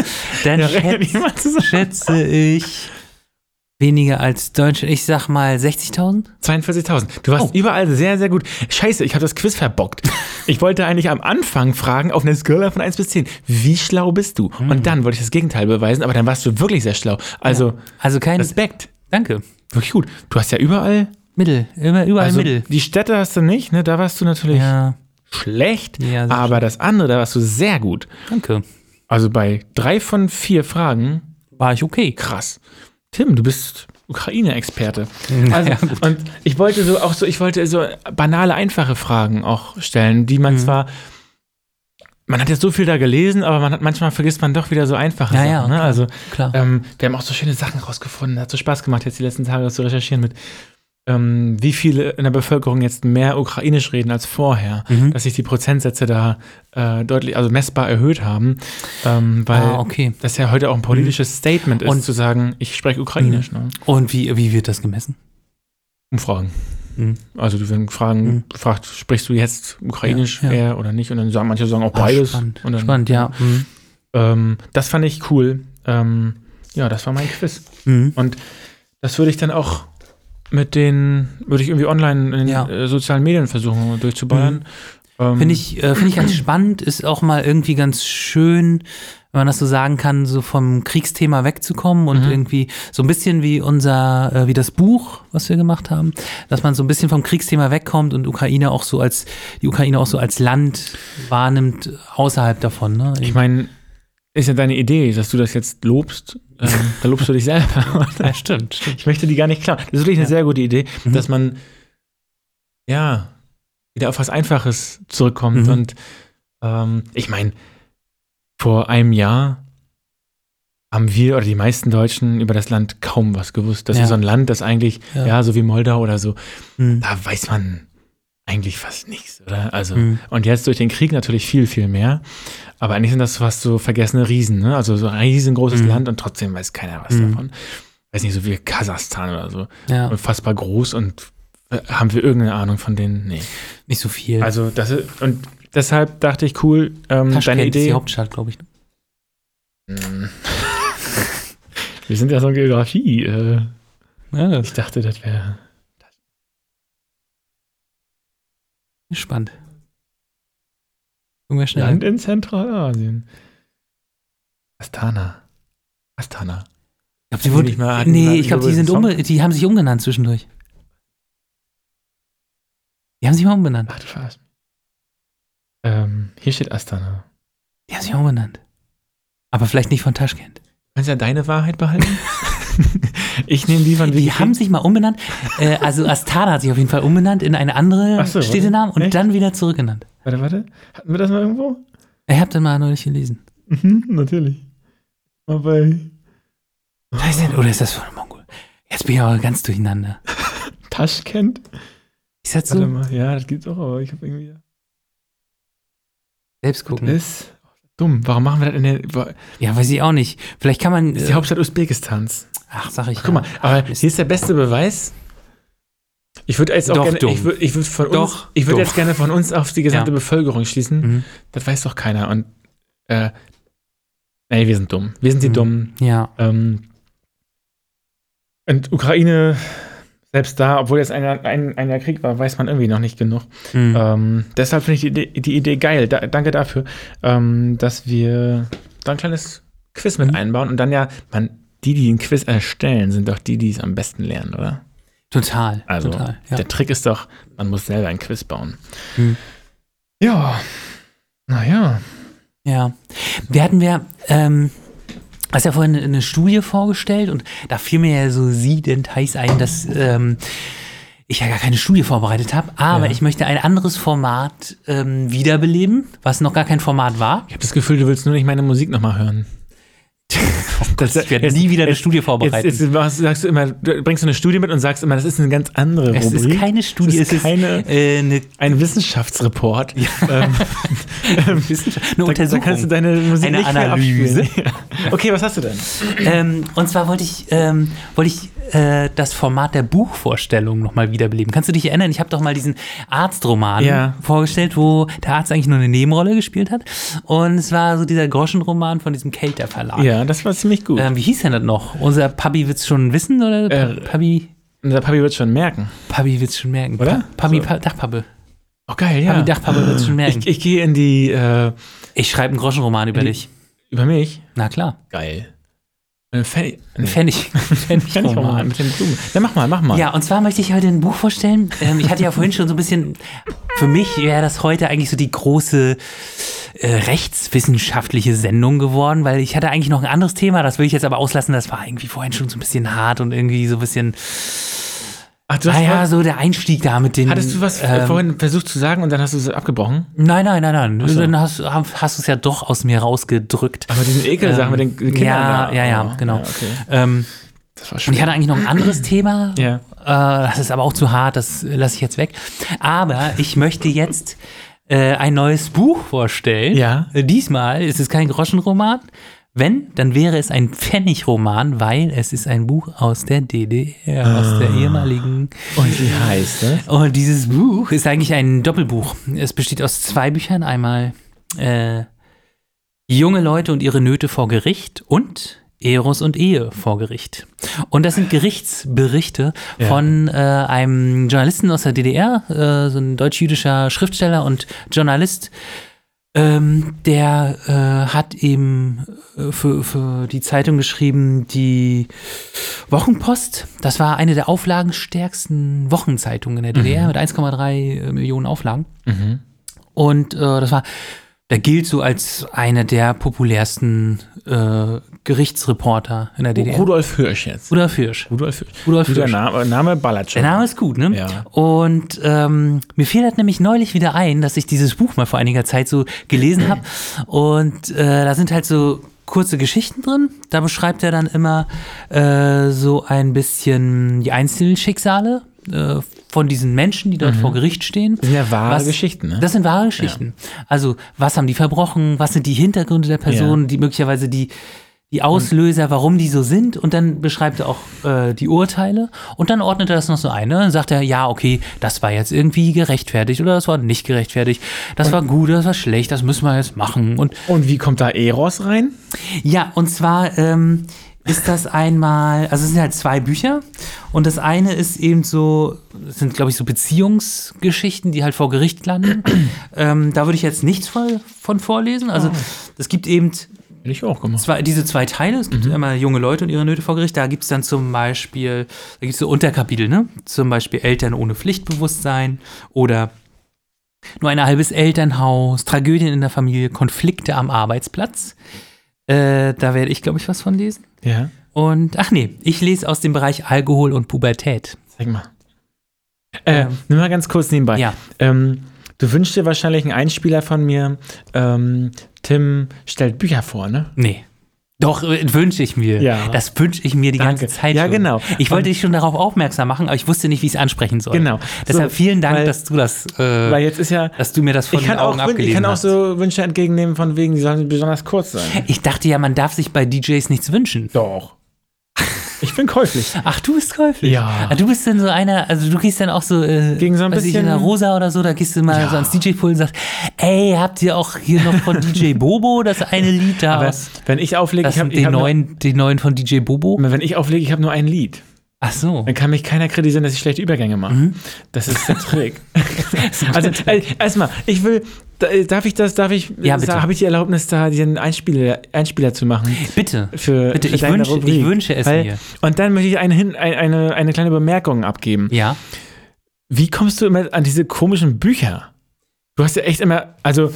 dann
Ja, rechnet
schätz,
niemand zusammen.
schätze ich weniger als Deutschland. Ich sag mal 60.000.
42.000. Du warst
Oh.
überall sehr, sehr gut. Scheiße, ich habe das Quiz verbockt. ich wollte eigentlich am Anfang fragen, auf einer Skala von 1 bis 10, wie schlau bist du?
Hm.
Und dann wollte ich das Gegenteil beweisen, aber dann warst du wirklich sehr schlau. Also,
Also kein.
Respekt.
danke.
Wirklich gut. Du hast ja überall,
Mittel. Immer überall
also
Mittel.
die Städte hast du nicht, ne? Da warst du natürlich
Ja,
schlecht,
Ja, sehr
aber das andere, da warst du sehr gut.
danke.
Also bei drei von vier Fragen,
War ich okay.
krass. Tim, du bist Ukraine-Experte. Also,
Naja,
und ich wollte so auch so, ich wollte so banale, einfache Fragen auch stellen, die
Mhm.
man zwar, man hat jetzt so viel da gelesen, aber man hat manchmal vergisst man doch wieder so einfache
Ja,
Sachen.
ja,
ne? Also
klar.
ähm, wir haben auch so schöne Sachen rausgefunden. Hat so Spaß gemacht, jetzt die letzten Tage zu recherchieren mit, ähm, wie viele in der Bevölkerung jetzt mehr Ukrainisch reden als vorher.
Mhm.
Dass sich die Prozentsätze da äh, deutlich, also messbar erhöht haben. Ähm, weil
Ah, okay. Mhm.
das ja heute auch ein politisches Statement ist,
Und- Mhm.
zu sagen, ich spreche Ukrainisch. Ne?
Und wie, wie wird das gemessen?
Umfragen.
Mhm.
Also du werden Fragen
Mhm.
gefragt, sprichst du jetzt Ukrainisch
Ja, ja.
eher oder nicht? Und dann sagen manche sagen auch
Ah,
beides.
spannend.
Und dann,
spannend, ja. Mhm.
Ähm, das fand ich cool. Ähm, ja, das war mein Quiz.
Mhm.
Und das würde ich dann auch mit den, würde ich irgendwie online in
Ja.
äh, sozialen Medien versuchen durchzuballern. Ähm,
Finde ich, äh, find ich ganz spannend, ist auch mal irgendwie ganz schön, wenn man das so sagen kann, so vom Kriegsthema wegzukommen und
Mhm.
irgendwie so ein bisschen wie unser, äh, wie das Buch, was wir gemacht haben, dass man so ein bisschen vom Kriegsthema wegkommt und Ukraine auch so als, die Ukraine auch so als Land wahrnimmt, äh, außerhalb davon. Ne?
Ich meine, ist ja deine Idee, dass du das jetzt lobst. Ähm, da lobst du dich selber.
ja, stimmt, stimmt.
ich möchte die gar nicht klauen. Das ist wirklich eine
Ja.
sehr gute Idee,
Mhm.
dass man ja wieder auf was Einfaches zurückkommt.
Mhm.
Und ähm, ich meine, vor einem Jahr haben wir oder die meisten Deutschen über das Land kaum was gewusst. Das
Ja.
ist so ein Land, das eigentlich, ja.
Ja.
so wie Moldau oder so,
Mhm.
da weiß man eigentlich fast nichts, oder? Also,
Mhm.
und jetzt durch den Krieg natürlich viel, viel mehr. Aber eigentlich sind das fast so vergessene Riesen, ne? Also so ein riesengroßes
Mhm.
Land und trotzdem weiß keiner was
Mhm.
davon. Weiß nicht, so wie Kasachstan oder so.
Ja,
Unfassbar groß und äh, haben wir irgendeine Ahnung von denen? Nee.
nicht so viel.
Also das ist, und deshalb dachte ich, cool, ähm, deine
ist die
Idee.
Hauptstadt, glaube ich. ne?
Wir sind ja so in Geografie. Äh,
Ja, das
ich dachte, das wäre.
ist spannend. Irgendwer schnell.
Land in Zentralasien. Astana. Astana.
Ich glaube, die
Haben die
wurden
nicht mal- hatten die mal
Nee, ich glaube, die
einen
sind
Song?
umge die haben sich umgenannt zwischendurch. Die haben sich mal umbenannt.
Ach, du verarsch mich. Ähm, hier steht Astana.
Die haben sich mal umbenannt. Aber vielleicht nicht von Taschkent.
Kannst ja deine Wahrheit behalten? ich nehme die von
Die haben sich mal umbenannt. Äh, also Astana hat sich auf jeden Fall umbenannt in eine andere
Ach so, warte.
Städtenamen und
Echt?
dann wieder zurückgenannt.
Warte, warte. Hatten wir das mal irgendwo?
Ich habe das mal neulich gelesen.
Mhm, natürlich. Mal bei
Was heißt denn, oder ist das von einem Mongol? Jetzt bin ich aber ganz durcheinander.
Taschkent.
Ich sag
Warte
so,
mal. Ja, das gibt's auch, aber ich habe irgendwie.
selbst gucken.
Ist dumm. Warum machen wir das in der. wa-
Ja, weiß ich auch nicht. Vielleicht kann man.
Das ist
äh,
die Hauptstadt Usbekistans.
Ach, sag ich.
Guck mal, aber hier ist der beste Beweis. Ich würde jetzt auch
Doch,
gerne,
dumm.
ich würd, ich würd von uns,
Doch,
ich würde
dumm.
jetzt gerne von uns auf die gesamte
Ja.
Bevölkerung schließen.
Mhm.
Das weiß doch keiner. Und äh, nee, wir sind dumm. Wir sind die
Mhm.
Dummen.
Ja.
Ähm, und Ukraine, selbst da, obwohl jetzt ein, ein, ein Jahr Krieg war, weiß man irgendwie noch nicht genug.
Mhm.
Ähm, deshalb finde ich die Idee, die Idee geil. Da, danke dafür, ähm, dass wir da ein kleines Quiz mit
Mhm.
einbauen. Und dann ja, man, die, die den Quiz erstellen, sind doch die, die es am besten lernen, oder?
Total.
Also,
total. Ja.
Der Trick ist doch, man muss selber ein Quiz bauen.
Mhm.
Ja. Naja.
Ja. Wir hatten ja, ähm, hast ja vorhin eine Studie vorgestellt und da fiel mir ja so siedend heiß ein, dass ähm, ich ja gar keine Studie vorbereitet habe, aber
Ja.
ich möchte ein anderes Format ähm, wiederbeleben, was noch gar kein Format war.
Ich habe das Gefühl, du willst nur nicht meine Musik nochmal hören. Das-
ich werde
jetzt-
nie wieder eine
jetzt-
Studie
Jetzt,
vorbereiten.
jetzt was sagst du immer, du bringst du eine Studie mit und sagst immer, das ist eine ganz andere
es
Rubrik.
ist keine Studie,
Es ist keine,
äh, eine,
ein Wissenschaftsreport. Ähm,
Wissenschaft- eine
da, da
Untersuchung.
kannst du deine Musik
Eine
nicht mehr
Analyse.
abspielen. okay, was hast du denn?
ähm, und zwar wollte ich, ähm, wollte ich äh, das Format der Buchvorstellung nochmal wiederbeleben. Kannst du dich erinnern? Ich habe doch mal diesen Arztroman
Ja.
vorgestellt, wo der Arzt eigentlich nur eine Nebenrolle gespielt hat. Und es war so dieser Groschenroman von diesem Kelter Verlag.
Ja, das war ziemlich gut.
Ähm, wie hieß denn das noch? Unser Papi wird's schon wissen oder?
Äh,
Papi,
Unser Papi wird schon merken.
Papi wird's schon merken.
Oder?
Pa Papi,
So.
pa Dachpappe.
Oh, geil, ja.
Papi, Dachpappe wird's schon merken.
ich
Ich,
ich gehe in die, äh,
schreibe einen Groschenroman über dich.
über mich.
Na klar.
Geil. Ein Pfennig.
Ein
Nee,
Pfennig.
Pfennig
Pfennig-Roman.
mit den Blumen. Ja, mach mal, mach mal.
Ja, und zwar möchte ich heute ein Buch vorstellen. Ähm, ich hatte ja vorhin schon so ein bisschen, für mich wäre das heute eigentlich so die große äh, rechtswissenschaftliche Sendung geworden, weil ich hatte eigentlich noch ein anderes Thema, das will ich jetzt aber auslassen, das war irgendwie vorhin schon so ein bisschen hart und irgendwie so ein bisschen,
Ach, du hast
naja,
was-
so der Einstieg da mit den...
hattest du was äh,
ähm,
vorhin versucht zu sagen und dann hast du es abgebrochen?
Nein, nein, nein, nein.
so.
Dann hast, hast du es ja doch aus mir rausgedrückt.
Aber diesen Ekel-Sachen mit den Kindern
Ja,
da.
ja, ja,
Oh,
genau.
Ähm, ja, okay.
ähm,
Das war
und ich
schön.
hatte eigentlich noch ein anderes Thema.
Ja.
Äh, das ist aber auch zu hart, das lasse ich jetzt weg. Aber ich möchte jetzt äh, ein neues Buch vorstellen.
Ja.
Äh, Diesmal ist es kein Groschenroman. Wenn, dann wäre es ein Pfennigroman, weil es ist ein Buch aus der DDR, aus der ehemaligen
Und wie heißt ne? das?
und Oh, dieses Buch ist eigentlich ein Doppelbuch. Es besteht aus zwei Büchern. Einmal äh, Junge Leute und ihre Nöte vor Gericht und Eros und Ehe vor Gericht. Und das sind Gerichtsberichte
Ja.
von äh, einem Journalisten aus der DDR, äh, so ein deutsch-jüdischer Schriftsteller und Journalist. Ähm, der äh, hat eben äh, für, für die Zeitung geschrieben, die Wochenpost, das war eine der auflagenstärksten Wochenzeitungen in der DDR mit 1,3 Millionen Auflagen. Und äh, das war, der gilt so als einer der populärsten äh, Gerichtsreporter in der DDR.
Rudolf Hirsch jetzt.
Rudolf Hirsch.
Rudolf Hirsch.
Rudolf
Guter
Hirsch.
Name, Name ballert schon.
Der Name ist gut, ne?
Ja.
Und ähm, mir fiel das nämlich neulich wieder ein, dass ich dieses Buch mal vor einiger Zeit so gelesen habe. Und äh, da sind halt so kurze Geschichten drin. Da beschreibt er dann immer äh, so ein bisschen die Einzelschicksale äh, von diesen Menschen, die dort vor Gericht stehen.
Das Mhm. sind ja wahre Geschichten, ne?
Das sind wahre Geschichten. Also, was haben die verbrochen? Was sind die Hintergründe der Personen, die möglicherweise die, die Auslöser, warum die so sind? Und dann beschreibt er auch äh, die Urteile und dann ordnet er das noch so ein. Ne? Dann sagt er, ja, okay, das war jetzt irgendwie gerechtfertigt oder das war nicht gerechtfertigt. Das war gut, das war schlecht, das müssen wir jetzt machen. Und
Und wie kommt da Eros rein?
ja, und zwar ähm, ist das einmal, also es sind halt zwei Bücher und das eine ist eben so, es sind glaube ich so Beziehungsgeschichten, die halt vor Gericht landen. ähm, da würde ich jetzt nichts voll, von vorlesen. Also es gibt eben
Hätte ich auch gemacht.
zwei, diese zwei Teile. Es
Mhm.
gibt einmal junge Leute und ihre Nöte vor Gericht. Da gibt es dann zum Beispiel, da gibt es so Unterkapitel, ne? Zum Beispiel Eltern ohne Pflichtbewusstsein oder nur ein halbes Elternhaus, Tragödien in der Familie, Konflikte am Arbeitsplatz. Äh, da werde ich, glaube ich, was von lesen.
Ja.
Und, ach nee, ich lese aus dem Bereich Alkohol und Pubertät.
Zeig mal. Äh,
Ähm.
nimm mal ganz kurz nebenbei.
Ja.
Ähm, du wünschst dir wahrscheinlich einen Einspieler von mir. Ähm, Tim stellt Bücher vor, ne?
Nee. Doch, äh, wünsche ich mir.
Ja.
Das wünsche ich mir die
Danke.
ganze Zeit.
Ja,
schon.
genau.
Ich wollte dich schon darauf aufmerksam machen, aber ich wusste nicht, wie ich es ansprechen soll.
Genau.
Deshalb
So,
vielen Dank,
weil-
dass du das,
Weil
äh,
jetzt ist ja.
dass du mir das von
Ich kann,
den
auch,
Augen
Wün-
abgelesen
ich kann auch
hast.
so Wünsche entgegennehmen, von wegen, die sollen besonders kurz sein.
ich dachte ja, man darf sich bei DJs nichts wünschen.
Doch. Ich bin käuflich.
Ach, du bist käuflich.
Ja.
Ah, Du bist dann so einer, also du gehst dann auch so, äh,
Gegen so ein
weiß ich, in
bisschen-
der Rosa oder so, da gehst du mal
Ja.
so ans DJ-Pool und sagst, ey, habt ihr auch hier noch von DJ Bobo das eine Lied da?
Aber
aus-
wenn ich auflege,
das
ich
sind
habe
die neuen, die neuen von DJ Bobo?
Wenn ich auflege, ich habe nur ein Lied.
Ach so.
Dann kann mich keiner kritisieren, dass ich schlechte Übergänge mache.
Mhm.
Das ist der Trick. also äh, erstmal, ich will, da- äh, darf ich das, darf ich,
Ja, bitte.
habe ich die Erlaubnis, da diesen Einspieler, Einspieler zu machen?
Bitte.
Für,
Bitte,
für
ich
deine
wünsche-
Rubrik.
ich wünsche es mir.
Und dann möchte ich eine, hin, ein, eine, eine kleine Bemerkung abgeben.
Ja.
Wie kommst du immer an diese komischen Bücher? Du hast ja echt immer, also,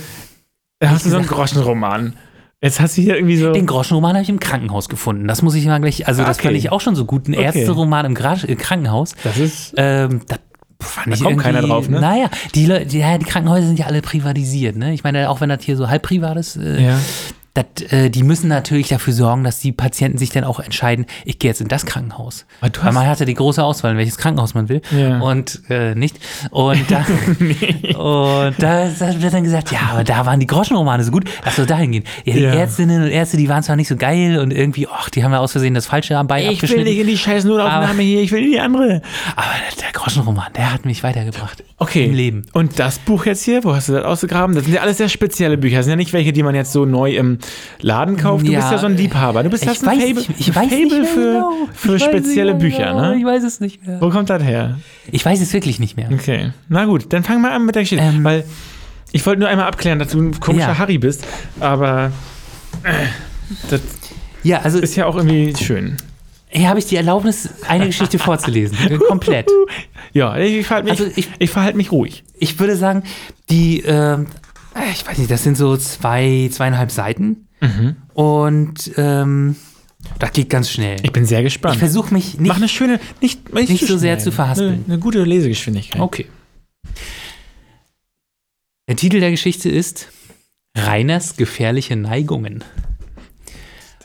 da hast du so einen Groschenroman. Jetzt hast du hier irgendwie so.
Den Groschenroman habe ich im Krankenhaus gefunden. Das muss ich mal gleich, also das
Okay.
fand ich auch schon so gut. Ein Ärzteroman im Gra äh, Krankenhaus.
Das ist.
Ähm, das Fand
Da kommt keiner
irgendwie-
drauf, ne?
Naja, die, Leute, die, ja, die Krankenhäuser sind ja alle privatisiert, ne? Ich meine, auch wenn das hier so halb privat ist, äh,
Ja.
dat, äh, die müssen natürlich dafür sorgen, dass die Patienten sich dann auch entscheiden, ich gehe jetzt in das Krankenhaus.
Aber du
Weil
hast-
man hatte die große Auswahl, in welches Krankenhaus man will
Ja.
und äh, nicht. Und da, und da, da wird dann gesagt, ja, aber da waren die Groschenromane so gut, lass doch dahin gehen. Ja, die
Ja.
Ärztinnen und Ärzte, die waren zwar nicht so geil und irgendwie, ach, die haben ja aus Versehen das falsche am Bein
Ich will
abgeschnitten. Ah.
nicht in die scheiß Notaufnahme
Aber-
hier, ich will in die andere.
aber der- der Groschenroman, der hat mich weitergebracht.
Okay.
Im Leben.
Und das Buch jetzt hier, wo hast du das ausgegraben? Das sind ja alles sehr spezielle Bücher. Das sind ja nicht welche, die man jetzt so neu im Laden kauft. Du
Ja, äh,
bist ja so ein Liebhaber. Du bist
Ich
hast ein
weiß
Fable,
nicht- ich weiß nicht
Fable
mehr
für,
genau.
für
Ich weiß nicht
spezielle
mehr
Bücher,
genau.
ne?
Ich weiß es nicht mehr.
Wo kommt das her?
Ich weiß es wirklich nicht mehr.
Okay. Na gut, dann fang mal an mit der Geschichte.
Ähm.
weil ich wollte nur einmal abklären, dass du ein komischer
Ja.
Harry bist. Aber äh, das
Ja, also
ist ja auch irgendwie schön.
hier habe ich die Erlaubnis, eine Geschichte vorzulesen. Komplett.
Ja, ich verhalte mich,
Also ich-
ich, verhalte mich ruhig.
Ich würde sagen, die, ähm, äh, ich weiß nicht, das sind so zwei, zweieinhalb Seiten.
Mhm.
Und ähm, das geht ganz schnell.
Ich bin sehr
Ich
gespannt.
versuche mich nicht.
Mach eine schöne, nicht,
Nicht so sehr zu verhaspeln.
Eine, eine gute Lesegeschwindigkeit.
Okay. Der Titel der Geschichte ist Rainers gefährliche Neigungen.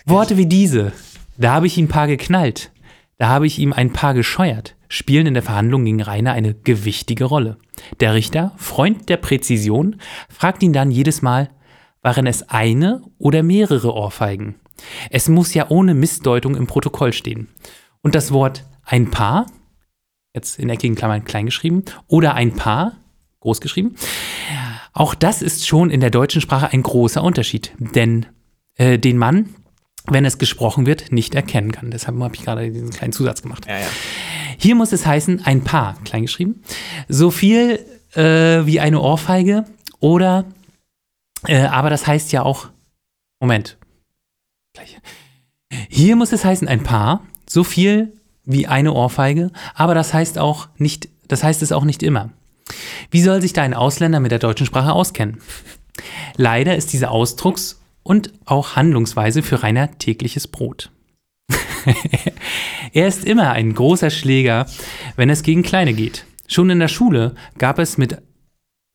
Worte wie diese. Da habe ich ihm ein paar geknallt. Da habe ich ihm ein paar gescheuert. Spielen in der Verhandlung gegen Rainer eine gewichtige Rolle. Der Richter, Freund der Präzision, fragt ihn dann jedes Mal, waren es eine oder mehrere Ohrfeigen? Es muss ja ohne Missdeutung im Protokoll stehen. Und das Wort ein paar jetzt in eckigen Klammern klein geschrieben, oder ein Paar, groß geschrieben. Auch das ist schon in der deutschen Sprache ein großer Unterschied, denn äh, den Mann, wenn es gesprochen wird, nicht erkennen kann. Deshalb habe ich gerade diesen kleinen Zusatz gemacht.
Ja, ja.
Hier muss es heißen, ein Paar, klein geschrieben. So viel äh, wie eine Ohrfeige oder, äh, aber das heißt ja auch, Moment. Gleich. Hier muss es heißen, ein Paar, so viel wie eine Ohrfeige, aber das heißt auch nicht, das heißt es auch nicht immer. Wie soll sich da ein Ausländer mit der deutschen Sprache auskennen? Leider ist diese Ausdrucks- und auch Handlungsweise für Rainer tägliches Brot. Er ist immer ein großer Schläger, wenn es gegen Kleine geht. Schon in der Schule gab es mit,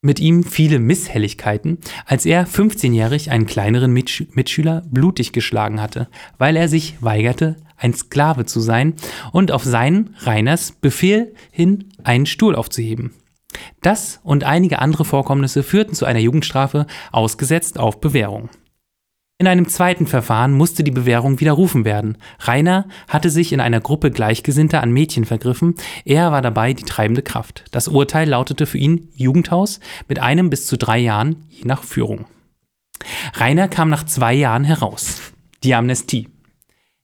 mit ihm viele Misshelligkeiten, als er 15-jährig einen kleineren Mitsch Mitschüler blutig geschlagen hatte, weil er sich weigerte, ein Sklave zu sein und auf seinen, Reiners, Befehl hin einen Stuhl aufzuheben. Das und einige andere Vorkommnisse führten zu einer Jugendstrafe, ausgesetzt auf Bewährung. In einem zweiten Verfahren musste die Bewährung widerrufen werden. Rainer hatte sich in einer Gruppe Gleichgesinnter an Mädchen vergriffen. Er war dabei die treibende Kraft. Das Urteil lautete für ihn Jugendhaus mit einem bis zu drei Jahren, je nach Führung. Rainer kam nach zwei Jahren heraus. Die Amnestie.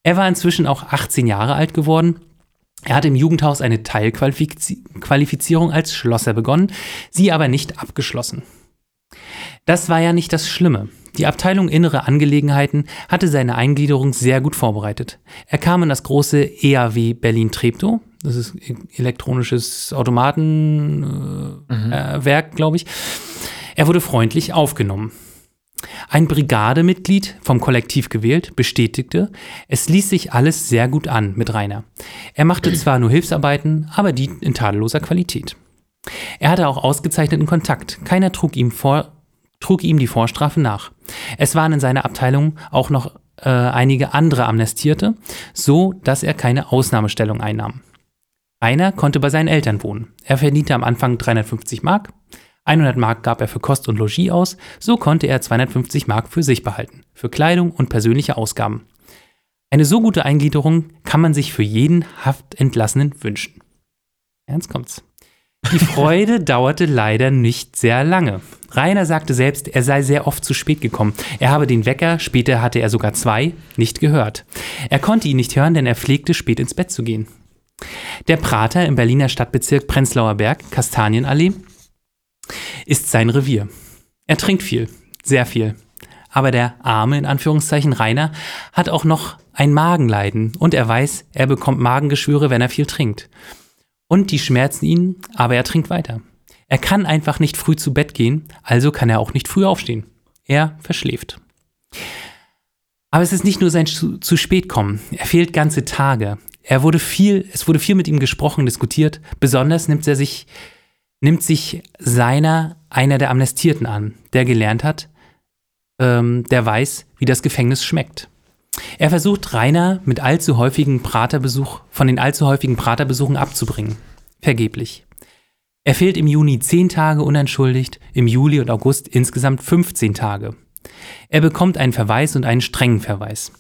Er war inzwischen auch 18 Jahre alt geworden er hat im Jugendhaus eine Teilqualifizierung als Schlosser begonnen, sie aber nicht abgeschlossen. Das war ja nicht das Schlimme. Die Abteilung Innere Angelegenheiten hatte seine Eingliederung sehr gut vorbereitet. Er kam in das große EAW Berlin-Treptow, das ist e- elektronisches Automatenwerk, äh, Werk, glaube ich. Er wurde freundlich aufgenommen. Ein Brigademitglied vom Kollektiv gewählt bestätigte, es ließ sich alles sehr gut an mit Rainer. Er machte zwar nur Hilfsarbeiten, aber die in tadelloser Qualität. Er hatte auch ausgezeichneten Kontakt. Keiner trug ihm, vor, trug ihm die Vorstrafe nach. Es waren in seiner Abteilung auch noch äh, einige andere Amnestierte, so dass er keine Ausnahmestellung einnahm. Rainer konnte bei seinen Eltern wohnen. Er verdiente am Anfang 350 Mark. 100 Mark gab er für Kost und Logis aus, so konnte er 250 Mark für sich behalten, für Kleidung und persönliche Ausgaben. Eine so gute Eingliederung kann man sich für jeden Haftentlassenen wünschen. Ernst kommt's. Die Freude dauerte leider nicht sehr lange. Rainer sagte selbst, er sei sehr oft zu spät gekommen. Er habe den Wecker, später hatte er sogar zwei, nicht gehört. Er konnte ihn nicht hören, denn er pflegte, spät ins Bett zu gehen. Der Prater im Berliner Stadtbezirk Prenzlauer Berg, Kastanienallee, ist sein Revier. Er trinkt viel, sehr viel. Aber der arme, in Anführungszeichen Rainer, hat auch noch ein Magenleiden und er weiß, er bekommt Magengeschwüre, wenn er viel trinkt. Und die schmerzen ihn, aber er trinkt weiter. Er kann einfach nicht früh zu Bett gehen, also kann er auch nicht früh aufstehen. Er verschläft. Aber es ist nicht nur sein zu, zu spät kommen. Er fehlt ganze Tage. er wurde viel, es wurde viel mit ihm gesprochen, diskutiert. Besonders nimmt er sich, nimmt sich seiner einer der Amnestierten an, der gelernt hat, ähm, der weiß, wie das Gefängnis schmeckt. Er versucht Rainer mit allzu häufigen Praterbesuch, von den allzu häufigen Praterbesuchen abzubringen. Vergeblich. Er fehlt im Juni 10 Tage unentschuldigt, im Juli und August insgesamt 15 Tage. Er bekommt einen Verweis und einen strengen Verweis.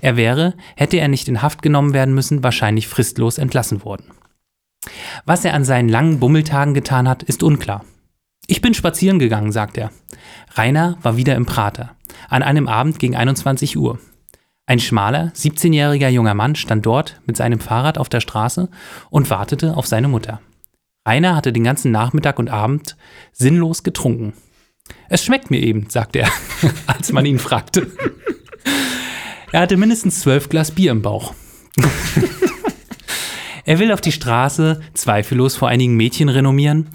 Er wäre, hätte er nicht in Haft genommen werden müssen, wahrscheinlich fristlos entlassen worden. Was er an seinen langen Bummeltagen getan hat, ist unklar. Ich bin spazieren gegangen, sagt er. Rainer war wieder im Prater, an einem Abend gegen 21 Uhr. Ein schmaler, 17-jähriger junger Mann stand dort mit seinem Fahrrad auf der Straße und wartete auf seine Mutter. Rainer hatte den ganzen Nachmittag und Abend sinnlos getrunken. Es schmeckt mir eben, sagte er, als man ihn fragte. Er hatte mindestens zwölf Glas Bier im Bauch. er will auf die Straße zweifellos vor einigen Mädchen renommieren.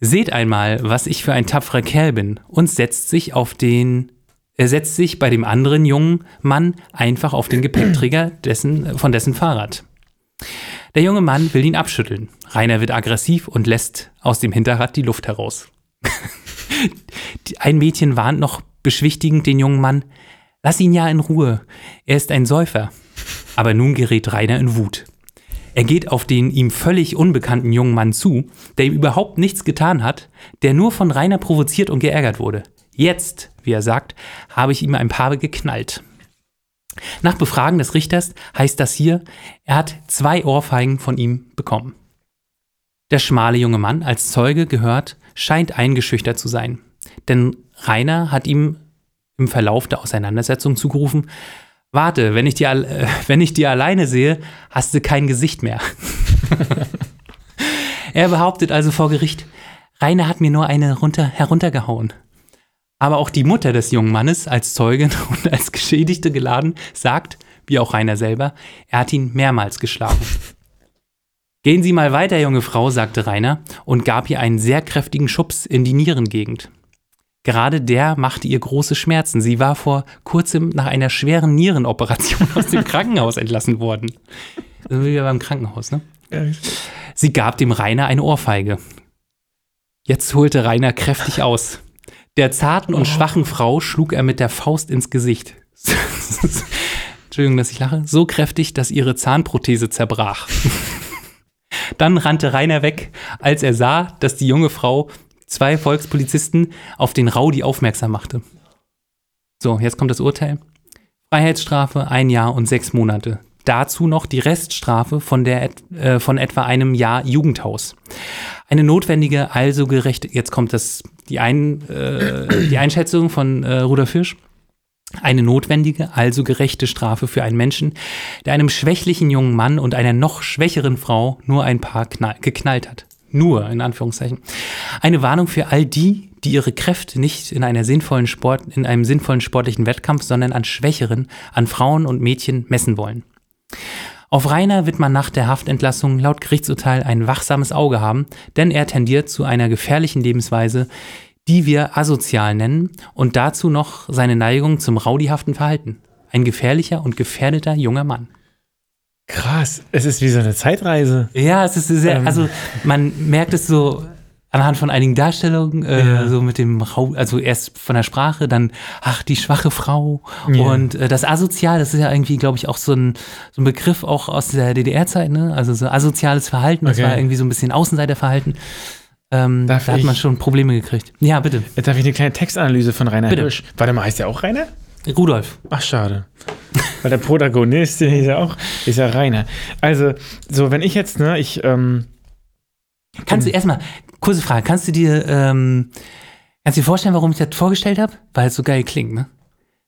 Seht einmal, was ich für ein tapferer Kerl bin und setzt sich auf den. Er setzt sich bei dem anderen jungen Mann einfach auf den Gepäckträger dessen, von dessen Fahrrad. Der junge Mann will ihn abschütteln. Rainer wird aggressiv und lässt aus dem Hinterrad die Luft heraus. Die- Ein Mädchen warnt noch beschwichtigend den jungen Mann, lass ihn ja in Ruhe, er ist ein Säufer. Aber nun gerät Rainer in Wut. Er geht auf den ihm völlig unbekannten jungen Mann zu, der ihm überhaupt nichts getan hat, der nur von Rainer provoziert und geärgert wurde. Jetzt, wie er sagt, habe ich ihm ein paar geknallt. Nach Befragen des Richters heißt das hier, er hat zwei Ohrfeigen von ihm bekommen. Der schmale junge Mann, als Zeuge gehört, scheint eingeschüchtert zu sein. Denn Rainer hat ihm im Verlauf der Auseinandersetzung zugerufen, Warte, wenn ich dir, al- äh, wenn ich dir alleine sehe, hast du kein Gesicht mehr. er behauptet also vor Gericht, Rainer hat mir nur eine runter, heruntergehauen. Aber auch die Mutter des jungen Mannes als Zeugin und als Geschädigte geladen sagt, wie auch Rainer selber, er hat ihn mehrmals geschlagen. Gehen Sie mal weiter, junge Frau, sagte Rainer und gab ihr einen sehr kräftigen Schubs in die Nierengegend. Gerade der machte ihr große Schmerzen. Sie war vor kurzem nach einer schweren Nierenoperation aus dem Krankenhaus entlassen worden. Da sind wir wieder beim Krankenhaus, ne? Sie gab dem Rainer eine Ohrfeige. Jetzt holte Rainer kräftig aus. Der zarten und schwachen Frau schlug er mit der Faust ins Gesicht. Entschuldigung, dass ich lache. So kräftig, dass ihre Zahnprothese zerbrach. Dann rannte Rainer weg, als er sah, dass die junge Frau zwei Volkspolizisten auf den Rowdy aufmerksam machte. So, jetzt kommt das Urteil. Freiheitsstrafe ein Jahr und sechs Monate. Dazu noch die Reststrafe von, der, et- äh, von etwa einem Jahr Jugendhaus. Eine notwendige, also gerechte, jetzt kommt das, die, ein, äh, die Einschätzung von äh, Rudolf Hirsch. Eine notwendige, also gerechte Strafe für einen Menschen, der einem schwächlichen jungen Mann und einer noch schwächeren Frau nur ein paar knall, geknallt hat. Nur, in Anführungszeichen. Eine Warnung für all die, die ihre Kräfte nicht in, einer sinnvollen Sport, in einem sinnvollen sportlichen Wettkampf, sondern an Schwächeren, an Frauen und Mädchen messen wollen. Auf Rainer wird man nach der Haftentlassung laut Gerichtsurteil ein wachsames Auge haben, denn er tendiert zu einer gefährlichen Lebensweise, die wir asozial nennen und dazu noch seine Neigung zum raudihaften Verhalten. Ein gefährlicher und gefährdeter junger Mann.
Krass, es ist wie so eine Zeitreise.
Ja, es ist sehr,
Ähm.
also man merkt es so anhand von einigen Darstellungen, äh,
Ja.
so mit dem Rau, also erst von der Sprache, dann, ach, die schwache Frau
Ja.
und äh, das Asozial, das ist ja irgendwie, glaube ich, auch so ein, so ein Begriff auch aus der DDR-Zeit, ne? Also so asoziales Verhalten, das
Okay.
war irgendwie so ein bisschen Außenseiterverhalten. Ähm, da
Darf
hat
ich-
man schon Probleme gekriegt. Ja, bitte.
Jetzt darf ich eine kleine Textanalyse von Rainer
Bitte.
Hirsch. Warte mal, heißt der auch Rainer?
Rudolf.
Ach, schade. Weil der Protagonist der ist ja auch, ist ja Rainer. Also, so, wenn ich jetzt, ne, ich, ähm,
Kannst du erstmal, kurze Frage, kannst du dir, ähm, kannst du dir vorstellen, warum ich das vorgestellt habe? Weil es so geil klingt, ne?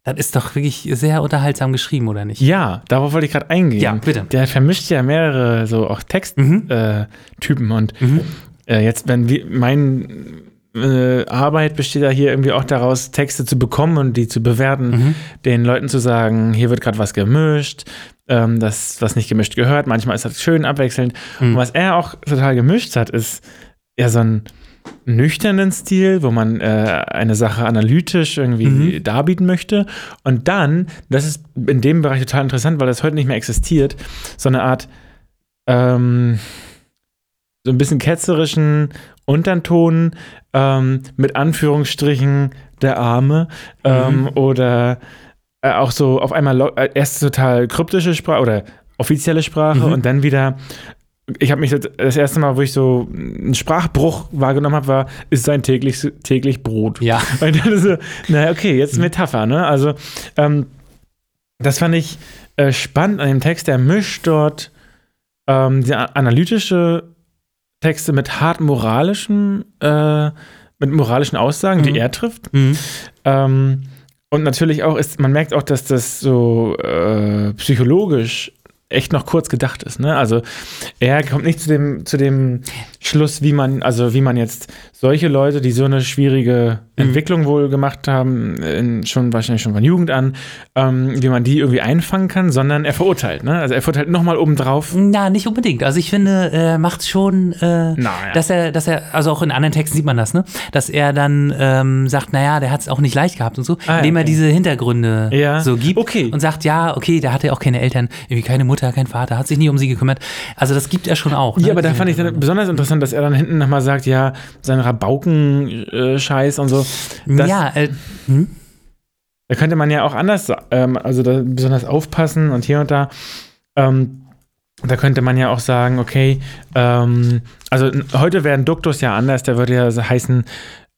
Das ist doch wirklich sehr unterhaltsam geschrieben, oder nicht?
ja, darauf wollte ich gerade eingehen.
Ja, bitte.
Der vermischt ja mehrere, so auch
Mhm.
Texttypen äh, Typen und äh, jetzt, wenn wir, mein, äh, Arbeit besteht ja hier irgendwie auch daraus, Texte zu bekommen und die zu bewerten,
Mhm.
den Leuten zu sagen, hier wird gerade was gemischt, ähm, das, was nicht gemischt gehört, manchmal ist das schön abwechselnd.
Mhm.
Und was er auch total gemischt hat, ist eher so ein nüchternen Stil, wo man äh, eine Sache analytisch irgendwie darbieten möchte. Und dann, das ist in dem Bereich total interessant, weil das heute nicht mehr existiert, so eine Art ähm, so ein bisschen ketzerischen Unterton ähm, mit Anführungsstrichen der Arme
Mhm.
ähm, oder äh, auch so auf einmal lo- äh, erst total kryptische Sprache oder offizielle Sprache
Mhm.
und dann wieder. Ich habe mich das, das erste Mal, wo ich so einen Sprachbruch wahrgenommen habe, war, ist sein täglich, täglich Brot.
Ja. Mhm.
Und dann so, naja, okay, jetzt Metapher, ne? Also, ähm, das fand ich äh, spannend an dem Text. Er mischt dort ähm, die a- analytische Texte mit hart moralischen, äh, mit moralischen Aussagen,
Mhm.
die er trifft.
Mhm.
Ähm, und natürlich auch ist, man merkt auch, dass das so äh, psychologisch echt noch kurz gedacht ist. Ne? Also er kommt nicht zu dem, zu dem Schluss, wie man, also wie man jetzt solche Leute, die so eine schwierige
Mhm.
Entwicklung wohl gemacht haben, in, schon wahrscheinlich schon von Jugend an, ähm, wie man die irgendwie einfangen kann, sondern er verurteilt. Ne? Also er verurteilt nochmal obendrauf.
Na, nicht unbedingt. Also ich finde, äh, macht schon, äh,
Naja.
dass er, dass er, also auch in anderen Texten sieht man das, ne? Dass er dann ähm, sagt, naja, der hat es auch nicht leicht gehabt und so,
Ah, ja,
indem er
okay.
diese Hintergründe
Ja.
so gibt
Okay.
und sagt, ja, okay, der hatte auch keine Eltern, irgendwie keine Mutter, kein Vater, hat sich nie um sie gekümmert. Also das gibt er schon auch. ne?
Ja, aber da
Diese
fand ich dann
Hintergründe.
besonders interessant, dass er dann hinten nochmal sagt, ja, sein Rabauken-Scheiß und so. Das,
ja, äh, hm?
Da könnte man ja auch anders, sa- ähm, also da besonders aufpassen und hier und da. Ähm, da könnte man ja auch sagen, okay, ähm, also n- heute wäre ein Duktus ja anders, der würde ja so heißen,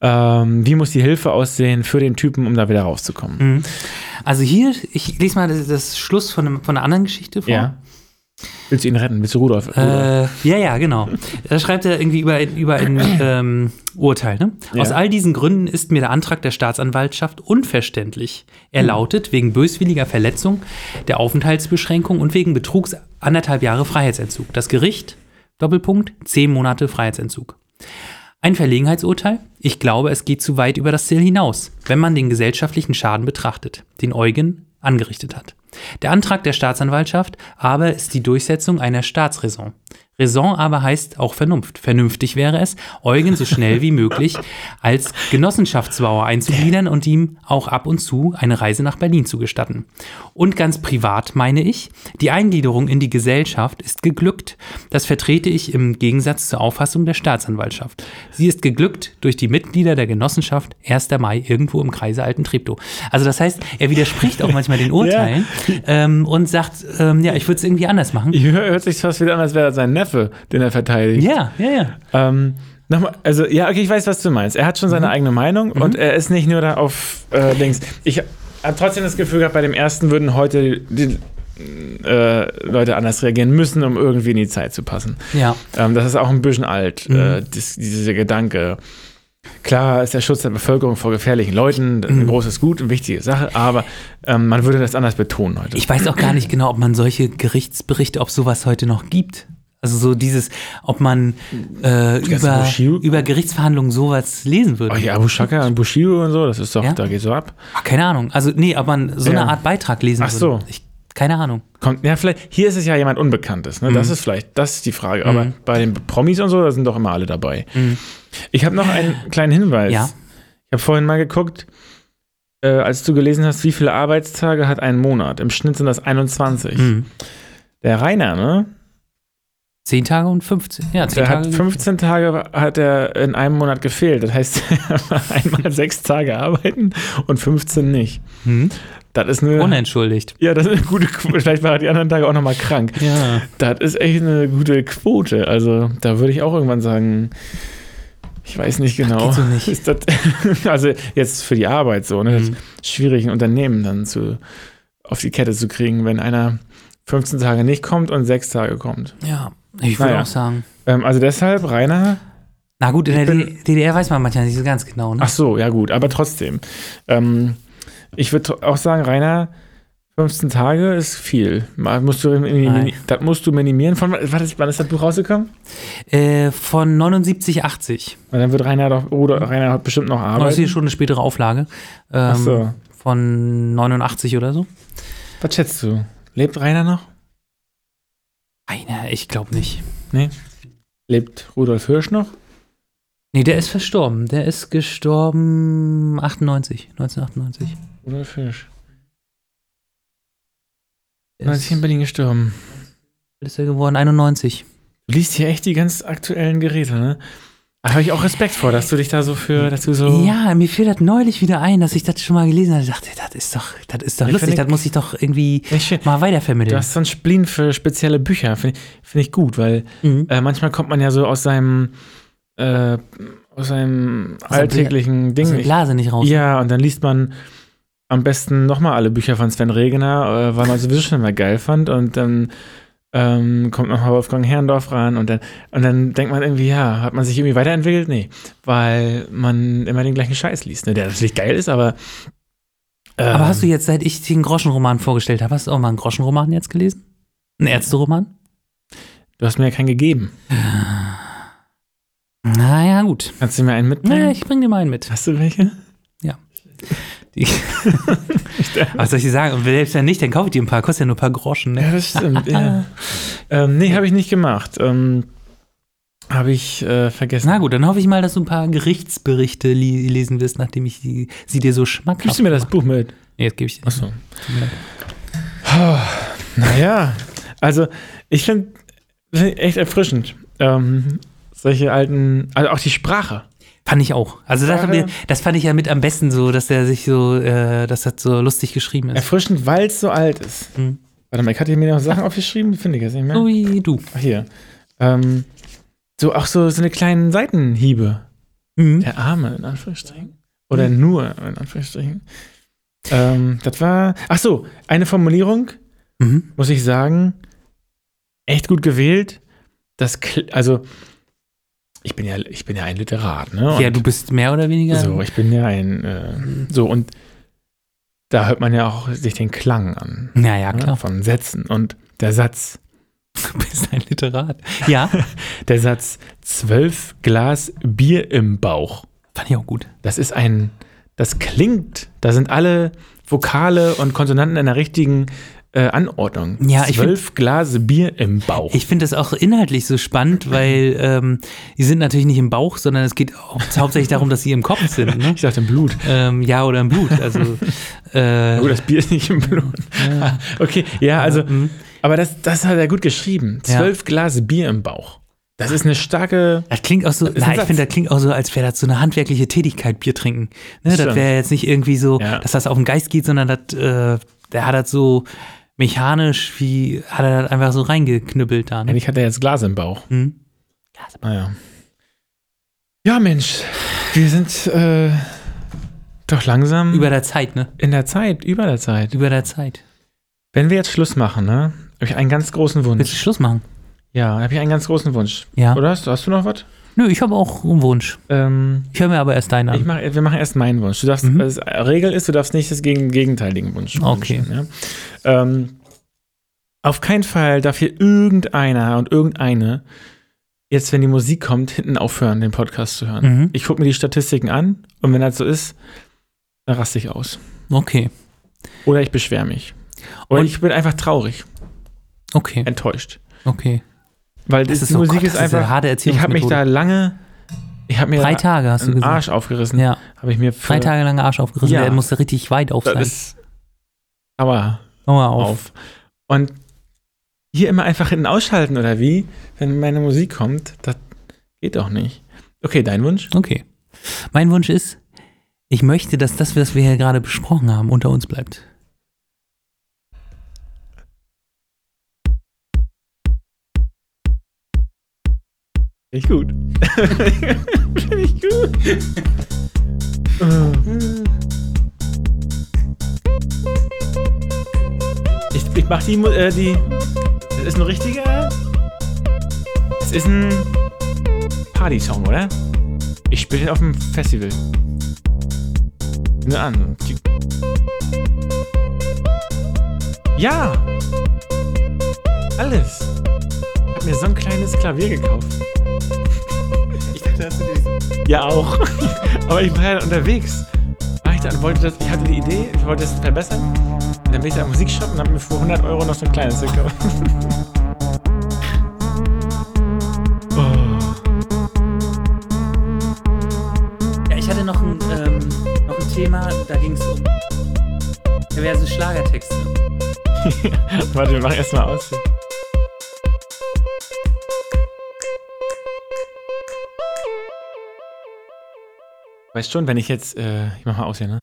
ähm, wie muss die Hilfe aussehen für den Typen, um da wieder rauszukommen?
hm. Also hier, ich lese mal das, das Schluss von, einem, von einer anderen Geschichte vor.
Ja. Willst du ihn retten? Willst du Rudolf? Rudolf?
Äh, ja, ja, genau. Da schreibt er irgendwie über, ein- über ein ähm, Urteil. Ne?
Ja.
Aus all diesen Gründen ist mir der Antrag der Staatsanwaltschaft unverständlich. Er
Hm.
lautet wegen böswilliger Verletzung, der Aufenthaltsbeschränkung und wegen Betrugs anderthalb Jahre Freiheitsentzug. Das Gericht, Doppelpunkt, zehn Monate Freiheitsentzug. Ein Verlegenheitsurteil? Ich glaube, es geht zu weit über das Ziel hinaus, wenn man den gesellschaftlichen Schaden betrachtet, den Eugen angerichtet hat. Der Antrag der Staatsanwaltschaft aber ist die Durchsetzung einer Staatsräson. Raison aber heißt auch Vernunft. Vernünftig wäre es, Eugen so schnell wie möglich als Genossenschaftsbauer einzugliedern und ihm auch ab und zu eine Reise nach Berlin zu gestatten. Und ganz privat meine ich, die Eingliederung in die Gesellschaft ist geglückt. Das vertrete ich im Gegensatz zur Auffassung der Staatsanwaltschaft. Sie ist geglückt durch die Mitglieder der Genossenschaft 1. Mai irgendwo im Kreise Alten Treptow. Also das heißt, er widerspricht auch manchmal den Urteilen ähm, und sagt, ähm, ja, ich würde es irgendwie anders machen.
Hier hört sich fast wieder an, als wäre das sein Neffe, den er verteidigt.
Ja, ja, ja.
Ähm, Nochmal, also ja, okay, ich weiß, was du meinst. Er hat schon
Mhm.
seine eigene Meinung und er ist nicht nur da auf äh, Dings. Ich habe trotzdem das Gefühl gehabt, bei dem ersten würden heute die äh, Leute anders reagieren müssen, um irgendwie in die Zeit zu passen.
Ja. Mhm.
Ähm, das ist auch ein bisschen alt, äh, dies, dieser Gedanke. Klar ist der Schutz der Bevölkerung vor gefährlichen Leuten
Mhm.
ein großes Gut, eine wichtige Sache, aber ähm, man würde das anders betonen heute.
Ich weiß auch gar nicht genau, ob man solche Gerichtsberichte, ob sowas heute noch gibt. Also so dieses, ob man äh,
ganzen
über,
Bushido-
über Gerichtsverhandlungen sowas lesen würde.
oh ja, Abu Shaka und Bushido und so, das ist doch,
Ja.
da geht so ab.
Ach, keine Ahnung. Also nee, ob man so
Ja.
eine Art Beitrag lesen
Ach
würde.
so.
Ich, keine Ahnung.
Kommt, ja, vielleicht, hier ist es ja jemand Unbekanntes, ne?
Mhm.
Das ist vielleicht, das ist die Frage. Aber bei den Promis und so, da sind doch immer alle dabei. Ich habe noch einen kleinen Hinweis.
Mhm. Ja.
Ich habe vorhin mal geguckt, äh, als du gelesen hast, wie viele Arbeitstage hat ein Monat? Im Schnitt sind das 21.
Mhm.
Der Rainer, ne?
Zehn Tage und 15. Ja, zehn
Der
Tage.
hat 15 Tage hat er in einem Monat gefehlt. Das heißt, er war einmal sechs Tage arbeiten und 15 nicht.
Mhm.
Das ist eine.
Unentschuldigt.
Ja, das ist eine gute. Quote. Vielleicht war er die anderen Tage auch nochmal krank.
Ja.
Das ist echt eine gute Quote. Also, da würde ich auch irgendwann sagen, ich weiß nicht genau.
geht so nicht.
Ist das, also, jetzt für die Arbeit so, ne? Das
Mhm.
ist schwierig, ein Unternehmen dann zu, auf die Kette zu kriegen, wenn einer 15 Tage nicht kommt und 6 Tage kommt.
Ja. Ich würde
Naja.
auch sagen.
Ähm, also, deshalb, Rainer,
Na gut, in
Ich
der
bin-
D- DDR weiß man manchmal nicht so ganz genau. Ne?
ach so, ja, gut, aber trotzdem. Ähm, ich würde auch sagen, Rainer, 15 Tage ist viel. Mal Musst du, minimi-
Nein.
das musst du minimieren. Von, wann ist- wann ist das Buch rausgekommen?
Äh, von 79, 80.
Weil dann wird Rainer doch,
Hm.
oder Rainer hat bestimmt noch
Aber das ist
Arbeit.
hier Oh, schon eine spätere Auflage. Ähm,
Ach so.
Von 89 oder so.
Was schätzt du? Lebt Rainer noch?
Einer, ich glaube nicht.
Lebt Rudolf Hirsch noch?
Nee, der ist verstorben. Der ist gestorben 98, 1998.
Rudolf Hirsch.
Der
Er ist hier in Berlin gestorben.
ist er geworden? 91.
Du liest hier echt die ganz aktuellen Geräte, ne? Da habe ich auch Respekt vor, dass du dich da so für, dass du so.
Ja, mir fiel das neulich wieder ein, dass ich das schon mal gelesen habe. Ich dachte, das ist doch, das ist doch
Ja,
lustig,
finde
das
ich-
muss ich doch irgendwie
Ja, schön.
mal
Du
weitervermitteln.
hast so ein Spleen für spezielle Bücher. Finde ich, find ich gut, weil
Mhm.
äh, manchmal kommt man ja so aus seinem, äh, aus seinem
der
alltäglichen
Aus
Ding.
der
Ich-
Blase nicht raus.
Ja, und dann liest man am besten nochmal alle Bücher von Sven Regener, äh, weil man sowieso schon mal geil fand. Und dann ähm, kommt nochmal Wolfgang Herrndorf ran und dann, und dann denkt man irgendwie, ja, hat man sich irgendwie weiterentwickelt? Nee, weil man immer den gleichen Scheiß liest, ne? der natürlich geil ist, aber. ähm,
Aber hast du jetzt, seit ich den Groschenroman vorgestellt habe, hast du auch mal einen Groschenroman jetzt gelesen? Einen Ärzteroman?
du hast mir ja keinen gegeben.
Naja, gut.
Kannst du mir einen mitbringen?
Na, ich bring dir mal einen mit.
Hast du welche?
Die- Was soll ich dir sagen? Und selbst wenn nicht, dann kaufe ich dir ein paar. Kostet ja nur ein paar Groschen, ne?
Ja, das stimmt. ja. ähm, nee, habe ich nicht gemacht. Ähm, habe ich äh, vergessen.
Na gut, dann hoffe ich mal, dass du ein paar Gerichtsberichte li lesen wirst, nachdem ich die, sie dir so schmackhaft
Gibst du mir das
mache.
Buch mit?
Nee, jetzt gebe ich dir.
Achso. Ah, Naja, also ich finde find echt erfrischend. Ähm, solche alten, also auch die Sprache.
Fand ich auch. Also das,
Sprache.
hat mir- das fand ich ja mit am besten so, dass der sich so, äh, dass das so lustig geschrieben ist.
Erfrischend, weil es so alt ist.
Mhm. Oh
Warte mal, ich hatte mir noch Sachen aufgeschrieben, finde ich jetzt nicht mehr.
So wie du.
Ach, hier. Ähm, so auch so, so eine kleinen Seitenhiebe.
Mhm.
Der Arme, in Anführungsstrichen. Oder
Hm.
nur, in Anführungsstrichen. Ähm, das war, ach so, eine Formulierung,
Mhm.
muss ich sagen, echt gut gewählt. Das, kl- also, ich bin ja, ich bin ja ein Literat, ne? Und
Ja, du bist Mhm. mehr oder weniger.
So, ich bin ja ein, äh, so, und da hört man ja auch sich den Klang an.
Naja,
ne?
klar.
Von Sätzen. Und der Satz,
Du bist ein Literat. Ja,
der Satz, zwölf Glas Bier im Bauch.
fand ich auch gut.
Das ist ein, das klingt, da sind alle Vokale und Konsonanten in der richtigen äh, Anordnung.
Ja, ich
Zwölf Glas Bier im Bauch.
Ich finde das auch inhaltlich so spannend, weil ähm, die sind natürlich nicht im Bauch, sondern es geht auch hauptsächlich darum, dass sie im Kopf sind. Ne?
Ich dachte im Blut.
Ähm, ja, oder im Blut. Also, äh,
Oh, das Bier ist nicht im Blut. Okay, ja, also,
Mhm.
aber das, das hat er gut geschrieben.
Ja.
Zwölf Glas Bier im Bauch. Das ist eine starke.
Das klingt auch so,
ist ein
na, ich
Satz.
finde, das klingt auch so, als wäre das so eine handwerkliche Tätigkeit, Bier trinken. Ne, das
Stimmt.
wäre jetzt nicht irgendwie so,
Ja.
dass das auf den Geist geht, sondern das, äh, der hat das so mechanisch, wie hat er das einfach so reingeknüppelt da. Ne?
Eigentlich hat er jetzt Glas im Bauch.
Hm?
Naja. Ah, Ja, Mensch, wir sind äh, doch langsam
Über der Zeit, ne?
in der Zeit, über der Zeit.
Über der Zeit.
Wenn wir jetzt Schluss machen, ne, habe ich einen ganz großen Wunsch.
Willst du Schluss machen?
Ja, habe ich einen ganz großen Wunsch.
Ja.
Oder hast, hast du noch was?
Nö, ich habe auch einen Wunsch.
Ähm,
Ich höre mir aber erst deinen
ich
an.
mach, wir machen erst meinen Wunsch. Du darfst,
Mhm.
also, äh, Regel ist, du darfst nicht das gegen, gegenteiligen Wunsch
Okay.
wünschen. Ja? Ähm, auf keinen Fall darf hier irgendeiner und irgendeine jetzt, wenn die Musik kommt, hinten aufhören, den Podcast zu hören.
Mhm.
Ich gucke mir die Statistiken an und wenn das so ist, dann raste ich aus.
Okay,
Oder ich beschwere mich. Oder
Und-
ich bin einfach traurig,
okay,
enttäuscht.
okay.
Weil
Das ist
die
so,
Musik
Gott,
ist
das ist eine
einfach.
harte
ich habe mich da
Erziehungsmethode.
lange. Ich habe mir
Drei
da-
Tage hast du
einen
gesagt.
Arsch aufgerissen.
Ja,
Habe ich mir für
drei Tage lang Arsch aufgerissen.
Ja.
Der musste richtig weit auf sein.
das Aua,
Hör mal auf.
auf. Und hier immer einfach hinten ausschalten oder wie, wenn meine Musik kommt, das geht doch nicht. Okay, dein Wunsch?
Okay. Mein Wunsch ist, ich möchte, dass das, was wir hier gerade besprochen haben, unter uns bleibt.
Finde ich gut. Finde ich gut. Ich, ich mach die, Mu- äh, die. Das ist ein richtiger. Das ist ein Party-Song, oder? Ich spiele den auf dem Festival. Nur an. Die- Ja! Alles! Ich hab mir so ein kleines Klavier gekauft. Ja, auch. Aber ich war ja unterwegs. War ich da und wollte das, ich hatte die Idee, ich wollte das verbessern. Und dann bin ich da im Musikshop und habe mir für 100 Euro noch so ein kleines gekauft. oh.
Ja, ich hatte noch ein, ähm, noch ein Thema, da ging es um diverse Schlagertexte.
Warte, wir machen erstmal aus. Weißt schon, wenn ich jetzt, äh, ich mach mal aus hier, ne?